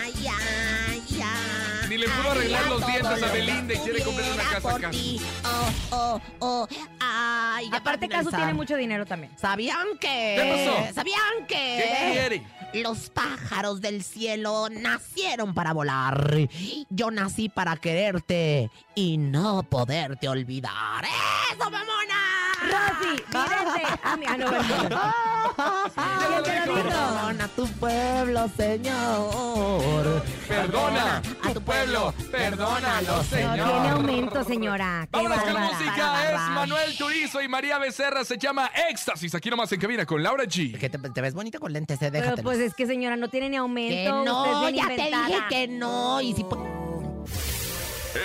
Speaker 5: Ay, ay, ay.
Speaker 6: Ni le pudo arreglar los dientes a Belinda y quiere comprar una casa acá.
Speaker 5: Oh, oh, oh. Ay, ya
Speaker 4: Aparte,
Speaker 5: para
Speaker 4: Caso
Speaker 5: finalizar.
Speaker 4: tiene mucho dinero también.
Speaker 5: ¿Sabían que?
Speaker 6: ¿Qué pasó?
Speaker 5: ¿Sabían que?
Speaker 6: ¿Qué quiere?
Speaker 5: Los pájaros del cielo nacieron para volar. Yo nací para quererte y no poderte olvidar. ¡Eso, mamona!
Speaker 4: Rosy, mírate. Ah, mi- ah, no, bueno.
Speaker 5: Ay,
Speaker 4: ¿Quién te lo dijo?
Speaker 5: Perdona a tu pueblo, Señor.
Speaker 6: Perdona a tu pueblo, perdónalo,
Speaker 4: No, tiene
Speaker 6: Señor.
Speaker 4: aumento, señora. Qué
Speaker 6: Vámonos con
Speaker 4: bárbara.
Speaker 6: música, es Manuel Turizo y María Becerra, se llama Éxtasis, aquí nomás en cabina con Laura G.
Speaker 5: Que te, te ves bonita con lentes, eh,
Speaker 4: Pero
Speaker 5: déjate.
Speaker 4: pues es que, señora, no tiene ni aumento.
Speaker 5: que
Speaker 4: usted es
Speaker 5: no,
Speaker 4: bien
Speaker 5: ya
Speaker 4: inventada.
Speaker 5: te dije que no. Y si po-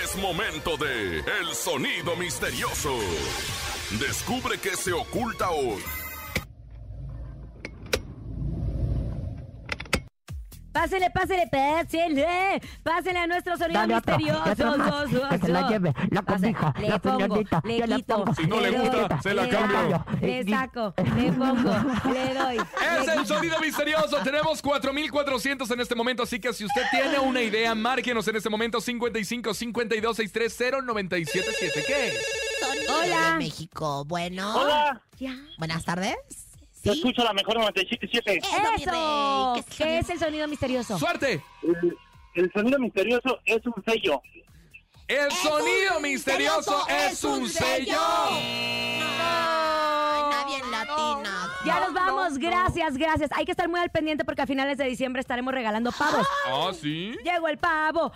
Speaker 1: Es momento de El sonido misterioso. Descubre qué se oculta hoy.
Speaker 4: Pásele, pásele, pásele. Pásele a nuestro sonido
Speaker 5: Dame otro,
Speaker 4: misterioso.
Speaker 5: ya otro más,
Speaker 4: Dos, dos,
Speaker 5: que se la
Speaker 4: dos.
Speaker 5: lleve, la
Speaker 4: Pásele,
Speaker 5: cobija,
Speaker 4: le
Speaker 5: la
Speaker 4: pongo,
Speaker 5: señorita,
Speaker 4: Le
Speaker 5: yo la
Speaker 4: quito,
Speaker 5: pongo. Si
Speaker 6: no le
Speaker 4: doy,
Speaker 6: gusta, se la
Speaker 4: le
Speaker 6: cambio.
Speaker 4: doy, Le saco, le pongo, le doy.
Speaker 6: Es
Speaker 4: le
Speaker 6: el
Speaker 4: quito.
Speaker 6: sonido misterioso. Tenemos 4,400 en este momento. Así que si usted tiene una idea, márquenos en este momento. 55 52 630 977. ¿Qué es?
Speaker 5: Sonido
Speaker 4: Hola.
Speaker 5: de México, bueno.
Speaker 7: Hola,
Speaker 4: Ya.
Speaker 5: Buenas tardes.
Speaker 7: te
Speaker 5: Sí.
Speaker 7: escucho la mejor 977.
Speaker 5: Eso, mi
Speaker 4: Eso.
Speaker 5: rey,
Speaker 4: ¿Qué
Speaker 5: ¿qué es
Speaker 4: es el sonido misterioso?
Speaker 6: ¡Suerte!
Speaker 7: El, el sonido misterioso es un sello.
Speaker 6: El
Speaker 5: Es
Speaker 6: sonido
Speaker 5: un
Speaker 6: misterioso es un sello.
Speaker 5: Ay, nadie en latina.
Speaker 4: Ya nos vamos, gracias, gracias. Hay que estar muy al pendiente porque a finales de diciembre estaremos regalando pavos.
Speaker 6: Ah, sí.
Speaker 4: Llegó el pavo.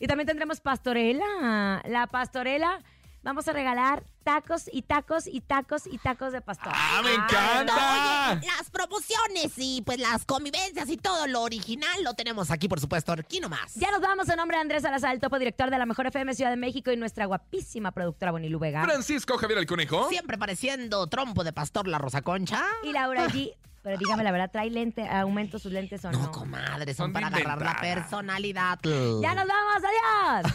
Speaker 4: Y también tendremos pastorela. La pastorela, vamos a regalar tacos y tacos y tacos y tacos de pastor.
Speaker 6: Ah, me
Speaker 5: No,
Speaker 6: encanta.
Speaker 5: oye, las proporciones y pues las convivencias y todo lo original lo tenemos aquí, por supuesto, aquí nomás.
Speaker 4: Ya nos vamos en nombre de Andrés Salazar, el topo director de la Mejor FM Ciudad de México y nuestra guapísima productora Bonilu
Speaker 6: Ah.
Speaker 4: Vega.
Speaker 6: Francisco Javier el Conejo.
Speaker 5: Oh. Siempre pareciendo trompo de pastor la Rosa Concha.
Speaker 4: Y Laura G. Pero dígame la verdad, ¿trae lente, aumento sus lentes o no?
Speaker 5: No, comadre, son
Speaker 6: Son
Speaker 5: para
Speaker 6: de
Speaker 5: agarrar la
Speaker 6: inventada.
Speaker 5: personalidad.
Speaker 4: ya nos vamos, adiós.